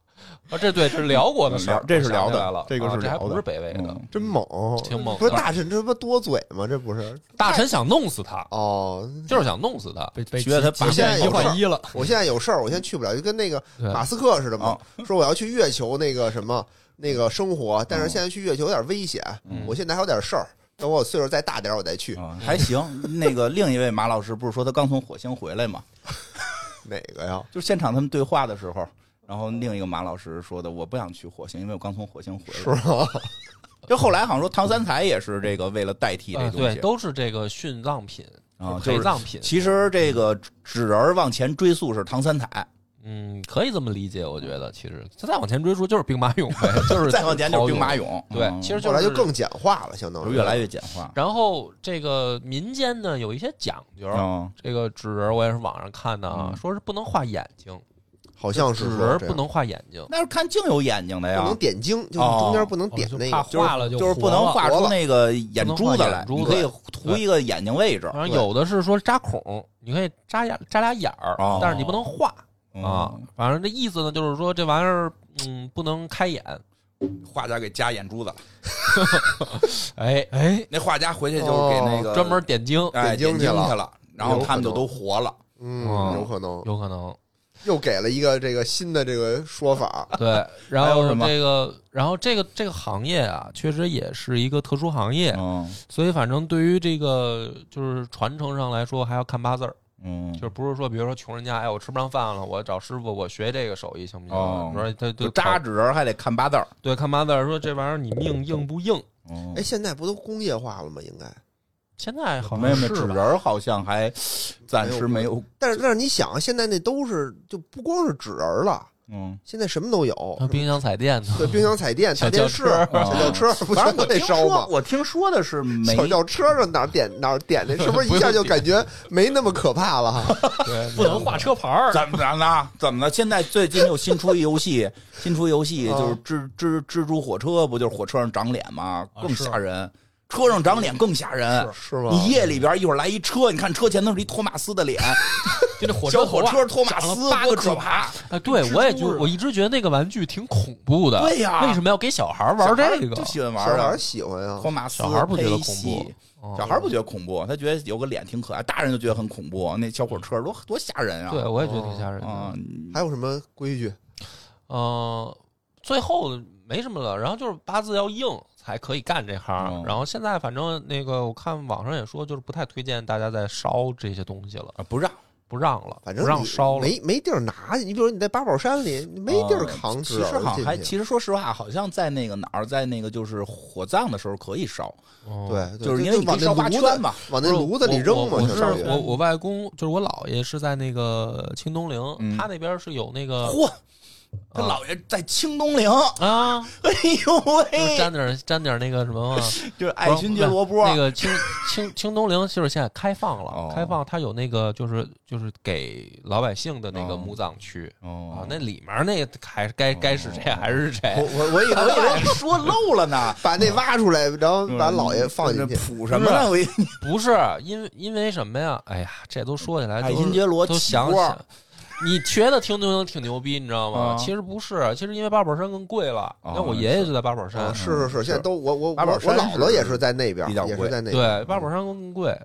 啊，这对是辽国的事儿嗯，这是辽我想的起来了，这个啊是这还辽的不是北魏的嗯。真猛，挺猛的不是大臣，这不多嘴吗？这不是大臣想弄死他，哦。就是想弄死他。 被被觉得他极把极限一现有换事一了，我现在有事儿，我现在去不了，就跟那个对马斯克似的嘛，哦说我要去月球那个什么那个生活，但哦是现在去月球有点危险，嗯我现在还有点事儿，等我岁数再大点儿我再去。啊还行。那个另一位马老师不是说他刚从火星回来吗？哪个呀？就现场他们对话的时候，然后另一个马老师说的，我不想去火星，因为我刚从火星回来。是吗？就后来好像说唐三彩也是这个为了代替这啊，东对，西，都是这个殉葬品啊陪就是葬品。其实这个纸人往前追溯是唐三彩，嗯，可以这么理解，我觉得其实再往前追溯就是兵马俑 呗，就是再往前就是兵马俑。俑，对嗯，其实后就来是就更简化了，相当就于越来越简化。然后这个民间呢有一些讲究，嗯，这个纸人我也是网上看的啊，嗯说是不能画眼睛，好像是纸说人这不样能画眼睛，那是看镜有眼睛的不呀能，点睛，就是哦中间不能点就那怕个。画了就就是不能活了画出那个眼珠子来，不能你画可眼以珠啊涂一个眼睛位置反正对有的是说扎孔，你可以扎眼扎俩眼儿哦，但是你不能画啊嗯。反正这意思呢，就是说这玩意儿嗯不能开眼，画家给加眼珠子了，哎，哎，那画家回去就是给那个哦专门点睛，哎点睛去点了去了，然后他们就都活了。嗯，嗯有可能有可能。又给了一个这个新的这个说法。对，然还有后什么这个，然后这个这个行业啊，确实也是一个特殊行业，嗯所以反正对于这个就是传承上来说，还要看八字儿，嗯，就是不是说，比如说穷人家，哎，我吃不上饭了，我找师傅我学这个手艺行不行？哦你说他就就扎纸人还得看八字儿。对看八字儿，说这玩意儿你命硬不硬？嗯哎，现在不都工业化了吗？应该，现在好没有像没是有，纸吧人儿好像还暂时没有，但是但是你想，现在那都是就不光是纸人了，嗯，现在什么都有，像冰箱彩电呢，对，冰箱、彩电、小大轿电车视、啊小 轿车，不反全正都我得听烧说吗，？我听说的 是没小轿车上哪儿点哪儿点那，是不是一下就感觉没那么可 怕了？哎对，不能画车牌 儿，怎么着呢？怎么了？现在最近又新出一游戏，新出游戏啊就是蜘蜘蜘蛛火车，不就是火车上长脸吗？啊更是吓人，车上长脸更吓人。是吗？你夜里边一会儿来一车，你看车前头是一托马斯的脸，就那火小车火头啊车托马长了斯，八多个可可怕。怕！哎，对我也就我一直觉得那个玩具挺恐怖的，对 呀为什么要给小孩玩小孩儿这个就？喜欢玩小嗯儿孩啊儿，喜欢啊托，马斯小孩儿不觉得恐佩怖西，哦小孩儿不觉得恐怖，他觉得有个脸挺可爱，大人就觉得很恐怖。那小火车多多吓人啊！嗯对，我也觉嗯得挺吓人的。啊，还有什么规矩？嗯，最后没什么了，然后就是八字要硬才可以干这行。嗯然后现在反正那个我看网上也说，就是不太推荐大家再烧这些东西了，啊不让不让了，反正不让你烧了。没没地儿拿去。你比如你在八宝山里，你没地儿扛其纸实人好像啊还，进去。其实说实话，好像在那个哪儿，在那个就是火葬的时候可以烧，嗯，对，对就是因为就你可往以烧八那炉子圈嘛。往不那是炉子里扔嘛，我我相是当于我我外公，就是我姥爷是在那个清东陵，嗯他那边是有那个嚯，嗯他姥爷在清东陵，啊，哎呦哎就是喂，沾点沾点那个什 么嘛，就是爱新觉罗卜那。个清清清东陵就是现在开放哦了，开放它有那个就是就是给老百姓的那个哦墓葬区，啊哦，那里面那个还该该是谁还是我谁？我我以为我说漏了呢， 把嗯那挖出来，然后把老爷放进去。谱什么呢？我以为不是因为因为什么呀？哎呀，这都说起来爱都新觉罗都起想锅想，你觉得听东能挺牛逼，你知道吗啊？其实不是，其实因为八宝山更贵了。哦那我爷爷就在八宝啊山，是是是，现在都我我我八我宝山姥姥也是在那边，比较也贵是在那边，对，嗯哦八宝山更贵，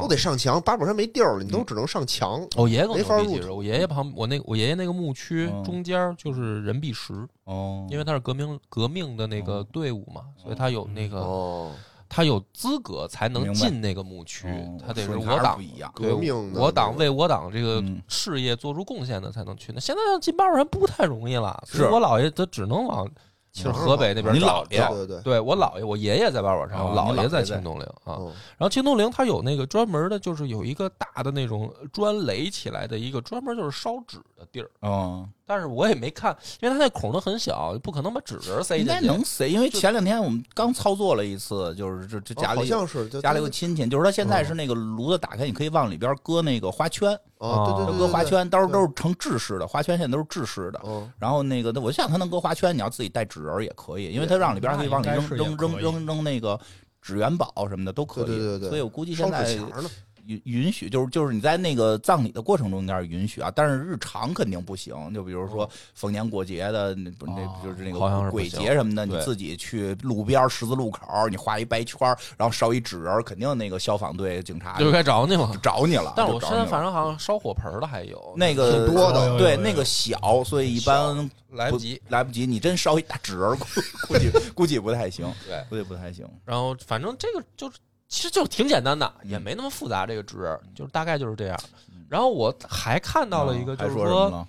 都得上墙。八宝山没地儿了，嗯你都只能上墙。哦我爷爷更没法牛逼，入其实我爷爷旁我那我爷爷那个墓区嗯中间就是人币石，哦因为他是革命革命的那个哦队伍嘛，所以他有那个哦，他有资格才能明白哦进那个墓区，他得是我党党不一样，对革命的我党为我党这个嗯事业做出贡献的才能去。那现在进八宝山不太容易了，是所以我姥爷他只能往就是河北那边你找姥去爷。对对嗯对，对我姥爷，我爷爷在八宝山，哦我你姥姥爷在在清东陵啊。嗯然后清东陵它有那个专门的，就是有一个大的那种砖垒起来的一个专门就是烧纸的地儿，哦，它但是我也没看，因为它那孔都很小，不可能把纸人塞应进该去。能塞，因为前两天我们刚操作了一次，就是这这家哦好里像嗯是就家里有个亲戚，就是他现在是那个炉子打开，你可以往里边搁那个花圈，啊，哦对对对，搁对花，圈，到时候对都是成制式的，花圈现在都是制式的。哦嗯，然后那个，我想他能搁花圈，你要自己带纸人儿也可以，因为他让里边儿可以往里那扔应该是扔也扔可以扔扔那个纸元宝什么的都可以。对对对对所以我估计烧现在纸钱儿呢，允允许，就是就是你在那个葬礼的过程中应该是允许啊，但是日常肯定不行。就比如说逢年过节的，那不那哦就是那哦好像是个不鬼行节什么的，你对自己去路边儿十字路口儿，你画一白圈儿，然后烧一纸人儿，肯定那个消防队警察就就该找你了。 找你了。但是就我找现在你反了正好像烧火盆的还有，那个挺多的对有有有那个小，所以一般来不及。来不及，你真烧一大纸人儿，估估计估计不太行，对，估计不太行。然后反正这个就是其实就挺简单的，嗯也没那么复杂。这个纸人就是大概就是这样嗯。啊然后我还看到了一个，还就是说什么了？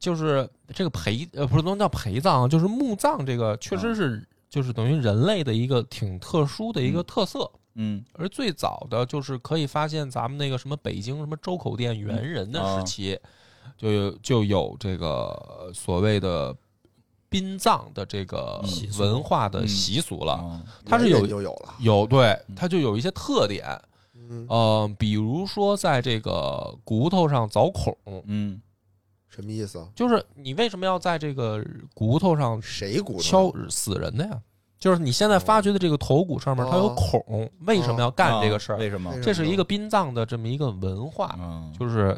就是这个陪呃不是不能叫陪葬，就是墓葬这个确啊实是就是等于人类的一个挺特殊的一个嗯特色。嗯，而最早的就是可以发现咱们那个什么北京什么周口店猿嗯人的啊时期，就有就有这个呃所谓的殡葬的这个嗯习俗文化的嗯习俗了。嗯它是有人就有了，有对嗯，它就有一些特点，嗯，呃，比如说在这个骨头上凿孔，嗯什么意思啊？就是你为什么要在这个骨头上谁鼓敲死人的呀？就是你现在发掘的这个头骨上面它有哦孔，为什么要干这个事啊儿？为什么？这是一个殡葬的这么一个文化，嗯，就是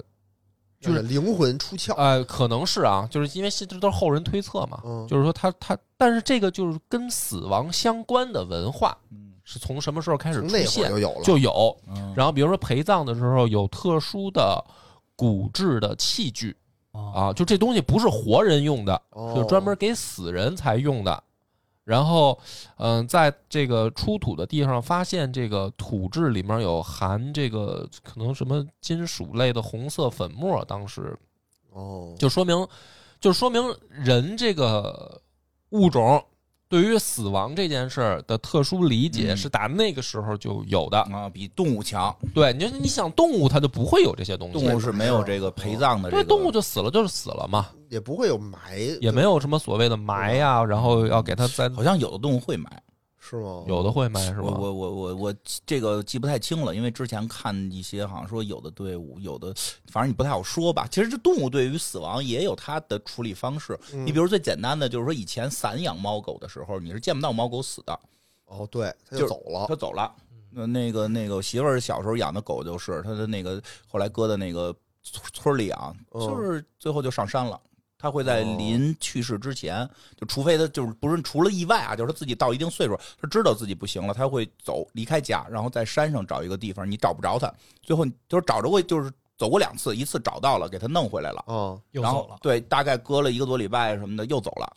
就就是是灵魂出窍，呃，可能是啊，就是因为现这都是后人推测嘛，嗯就是说他他，但是这个就是跟死亡相关的文化嗯是从什么时候开始从出那会儿现就有了，就有，嗯然后比如说陪葬的时候有特殊的骨制的器具啊，啊，就这东西不是活人用的，哦就专门给死人才用的。然后，嗯、在这个出土的地上发现这个土质里面有含这个可能什么金属类的红色粉末，当时哦，就说明，就说明人这个物种对于死亡这件事儿的特殊理解嗯是打那个时候就有的。啊，比动物强，对，你就你想动物它就不会有这些东西，动物是哦没有这个陪葬的这对个，动物就死了就是死了嘛，也不会有埋，也没有什么所谓的埋呀、然后要给它在好像有的动物会买，是吗？有的会埋是我吧？我我我我这个记不太清了，因为之前看一些好像说有的队伍有的，反正你不太好说吧。其实这动物对于死亡也有它的处理方式，嗯你比如最简单的就是说以前散养猫狗的时候，你是见不到猫狗死的，哦，对，他就就是走了，它走了。那那个那个我媳妇儿小时候养的狗就是她的那个后来搁的那个村村里啊，嗯就是最后就上山了。它会在哦临去世之前，就除非它就是不是除了意外啊，就是它自己到一定岁数，它知道自己不行了，它会走离开家，然后在山上找一个地方，你找不着它，最后就是找着过，就是走过两次，一次找到了，给它弄回来了，啊，又然走后了，对，大概搁了一个多礼拜什么的，又走了。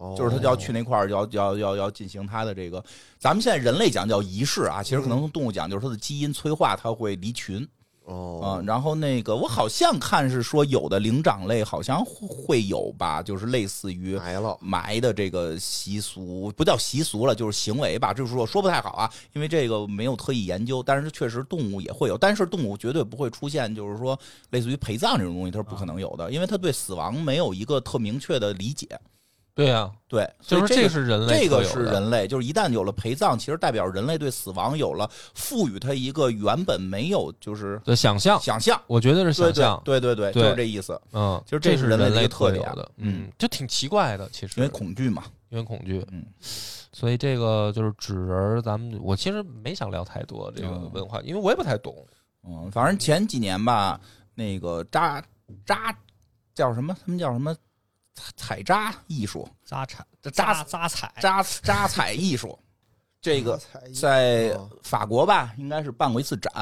哦就是他就要去那块儿，要要要要进行他的这个，咱们现在人类讲叫仪式啊，其实可能动物讲就是它的基因催化，它会离群啊、哦，然后那个我好像看是说有的灵长类好像会有吧，就是类似于埋了，埋的这个习俗，不叫习俗了，就是行为吧。就是我说不太好啊，因为这个没有特意研究，但是确实动物也会有，但是动物绝对不会出现就是说类似于陪葬这种东西，它是不可能有的，因为它对死亡没有一个特明确的理解。对呀、对，所就以是这个是人类这个特是有的，人类，就是一旦有了陪葬，其实代表人类对死亡有了赋予它一个原本没有，就是的想象，想象。我觉得是对想象，对对对对，对就是这意思。嗯，就是这这是是人类的一类个特特有点的，嗯嗯，就挺奇怪的，其实因为恐惧嘛，因为恐惧，嗯，所以这个就是纸人儿，咱们我其实没想聊太多这个嗯文化，因为我也不太懂，嗯，反正前几年吧，那个扎扎叫什么？他们叫什么？采采扎艺术，扎彩扎扎扎彩，扎扎采艺 术，这个才艺在哦法国吧，应该是办过一次展。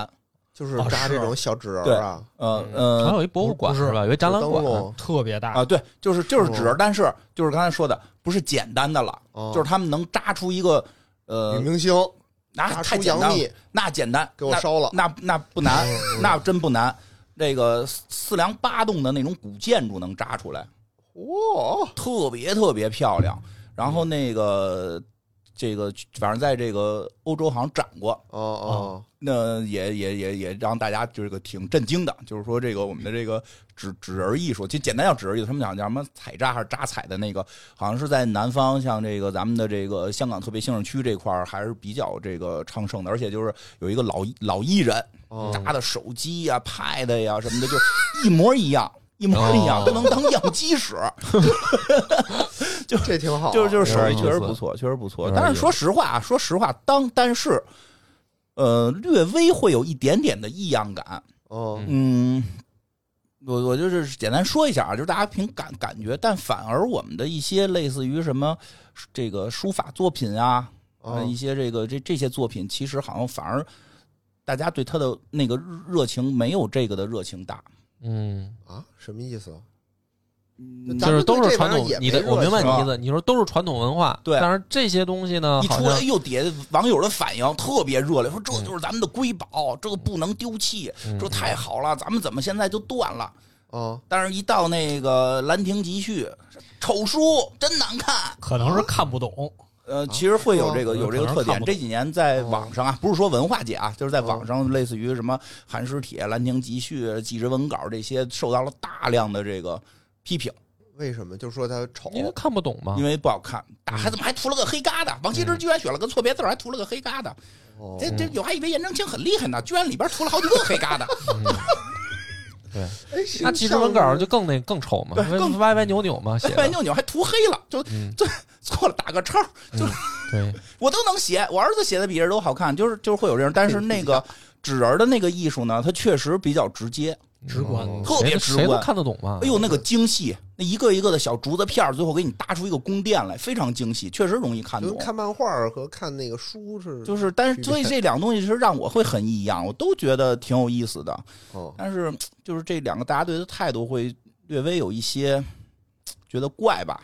就是哦扎这是种小纸人对儿啊，呃嗯好呃像有一博物馆不是吧？有一展览灯馆，笼特别大啊，对，就是就是是纸吗人，但是就是刚才说的，不是简单的了。哦就是他们能扎出一个呃女，明星那、扎啊太出简杨单了，幂那简单，给我烧了，那那那不难，嗯那真不难。这个四梁八栋的那种古建筑能扎出来，哇，特别特别漂亮。然后那个这个反正在这个欧洲好像展过，哦哦，那也也也也让大家就是个挺震惊的，就是说这个我们的这个纸纸人艺术，就简单叫纸人艺术，他们讲叫什么采扎还是扎采的那个，好像是在南方，像这个咱们的这个香港特别行政区这块儿还是比较这个昌盛的，而且就是有一个老老艺人哦嗯扎的手机呀、pad 呀什么的，就一模一样。一模一样，哦都能当样机使，这挺好啊，就是就是手嗯有艺点确意实思不错，确实不错。有点但意是思说实话啊，说实话，当但是，呃，略微会有一点点的异样感。哦嗯，我我就是简单说一下啊，就是大家凭感感觉，但反而我们的一些类似于什么这个书法作品啊，呃一哦些这个这这些作品，其实好像反而大家对他的那个热情没有这个的热情大。嗯，啊，什么意思啊？嗯咱就是们对都是这传玩意儿统也，你没的我明白你热情啊意思，你说都是传统文化，对但是这些东西呢，一啊好出来，像哎呦，底下网友的反应特别热烈，说这就是咱们的瑰宝，这个不能丢弃，嗯这太好了，咱们怎么现在就断了？哦，但是，一到那个《兰亭集序》，丑书真难看。可能是看不懂，呃，其实会有这个、哦是吗有这个特点。这几年在网上啊，不是说文化界啊，就是哦在网上，类似于什么《寒食帖》《兰亭集序》《纪实文稿》这些，受到了大量的这个批评，为什么？就说他丑，因为看不懂嘛因。为不好看。嗯大还怎么还涂了个黑疙瘩？王羲之居然选了个错别字儿，还涂了个黑疙瘩。哦这这，我还以为颜真卿很厉害呢，居然里边涂了好几个黑疙瘩。对，哎那纪实文稿就更那更丑嘛，对更歪歪扭扭嘛， 写歪的。 扭扭还涂黑了，就 嗯这错了打个叉儿，就是对，我都能写，我儿子写的比人都好看，就是就是会有这样，但是那 个纸人的那个艺术呢，它确实比较直接， 直观嗯特别谁都直谁都观看得懂嘛。哎呦那个精细，那一个一个的小竹子片儿，最后给你搭出一个宫殿来，非常精细，确实容易看就跟懂。看漫画儿和看那个书是，就是，但是所以这两个东西是让我会很异样，我都觉得挺有意思的。哦但是就是这两个大家对的态度会略微有一些觉得怪吧，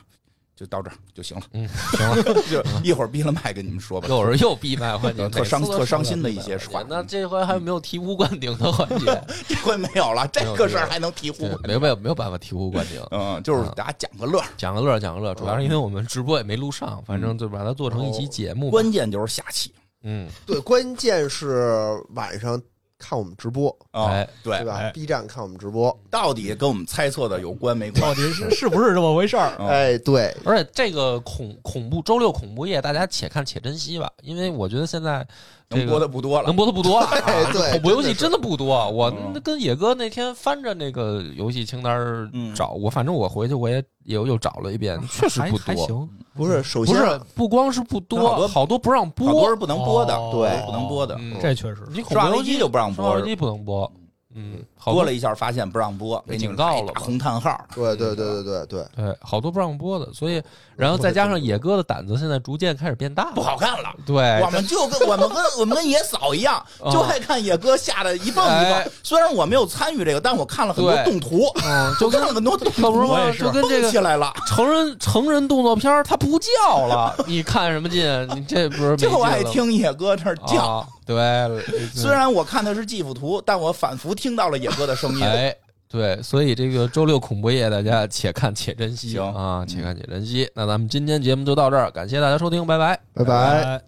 就到这儿就行了。 嗯，行了，就一会儿闭了麦跟你们说吧。有人又逼麦环节，特每次伤都特是伤这心的逼一麦些环节话那这回还没有醍醐灌顶的环节， 这回没有了，这个事儿还能醍对醐灌没顶。有没有没有办法醍醐灌顶。嗯，就是大家讲个乐儿，讲个乐儿讲个乐儿，主要是因为我们直播也没录上，反正就把它做成一期节目吧。嗯哦关键就是下期嗯，对，关键是晚上看我们直播，啊哎，对对，吧哎？B 站看我们直播，到底跟我们猜测的有关没关？到底是是不是这么回事儿？嗯，哎，对，而且这个恐恐怖周六恐怖夜，大家且看且珍惜吧，因为我觉得现在这个能播的不多了能。播的不多 了哎啊，对恐怖游戏真真的不多。我嗯那跟野哥那天翻着那个游戏清单儿嗯找，我反正我回去我也又又找了一遍，确实还不还多。行，不是，首不先是，不光是不好多多，好多不让好多播是。不能播的哦，不能播的。嗯这确实你恐生化怖危游机戏就不让生化播危，机不能播。嗯，好播多了一下发现不让播，给你警们告了嘛打红叹号。对对对对对对，对，好多不让播的，所嗯以然后再加上野哥的胆子现在逐渐开始变大了，不好看了。对我，们就跟我们跟我们跟野嫂一样，哎 嗯就爱看野哥吓得一蹦一哎蹦。虽然我没有参与这个，但我看了很多对动图，嗯，就 我看跟了很多动可不是图，吗？也是就跟这蹦 个起来了。成人成人动作片儿它不叫 了，你看什么劲？你这不是没劲就了爱听野哥这儿吗叫。啊 对，虽然我看的是 GIF 图，但我反复听到了野哥的声音。哎。对，所以这个周六恐怖夜，大家且看且珍惜行啊，嗯且看且珍惜。那咱们今天节目就到这儿，感谢大家收听，拜拜。拜拜。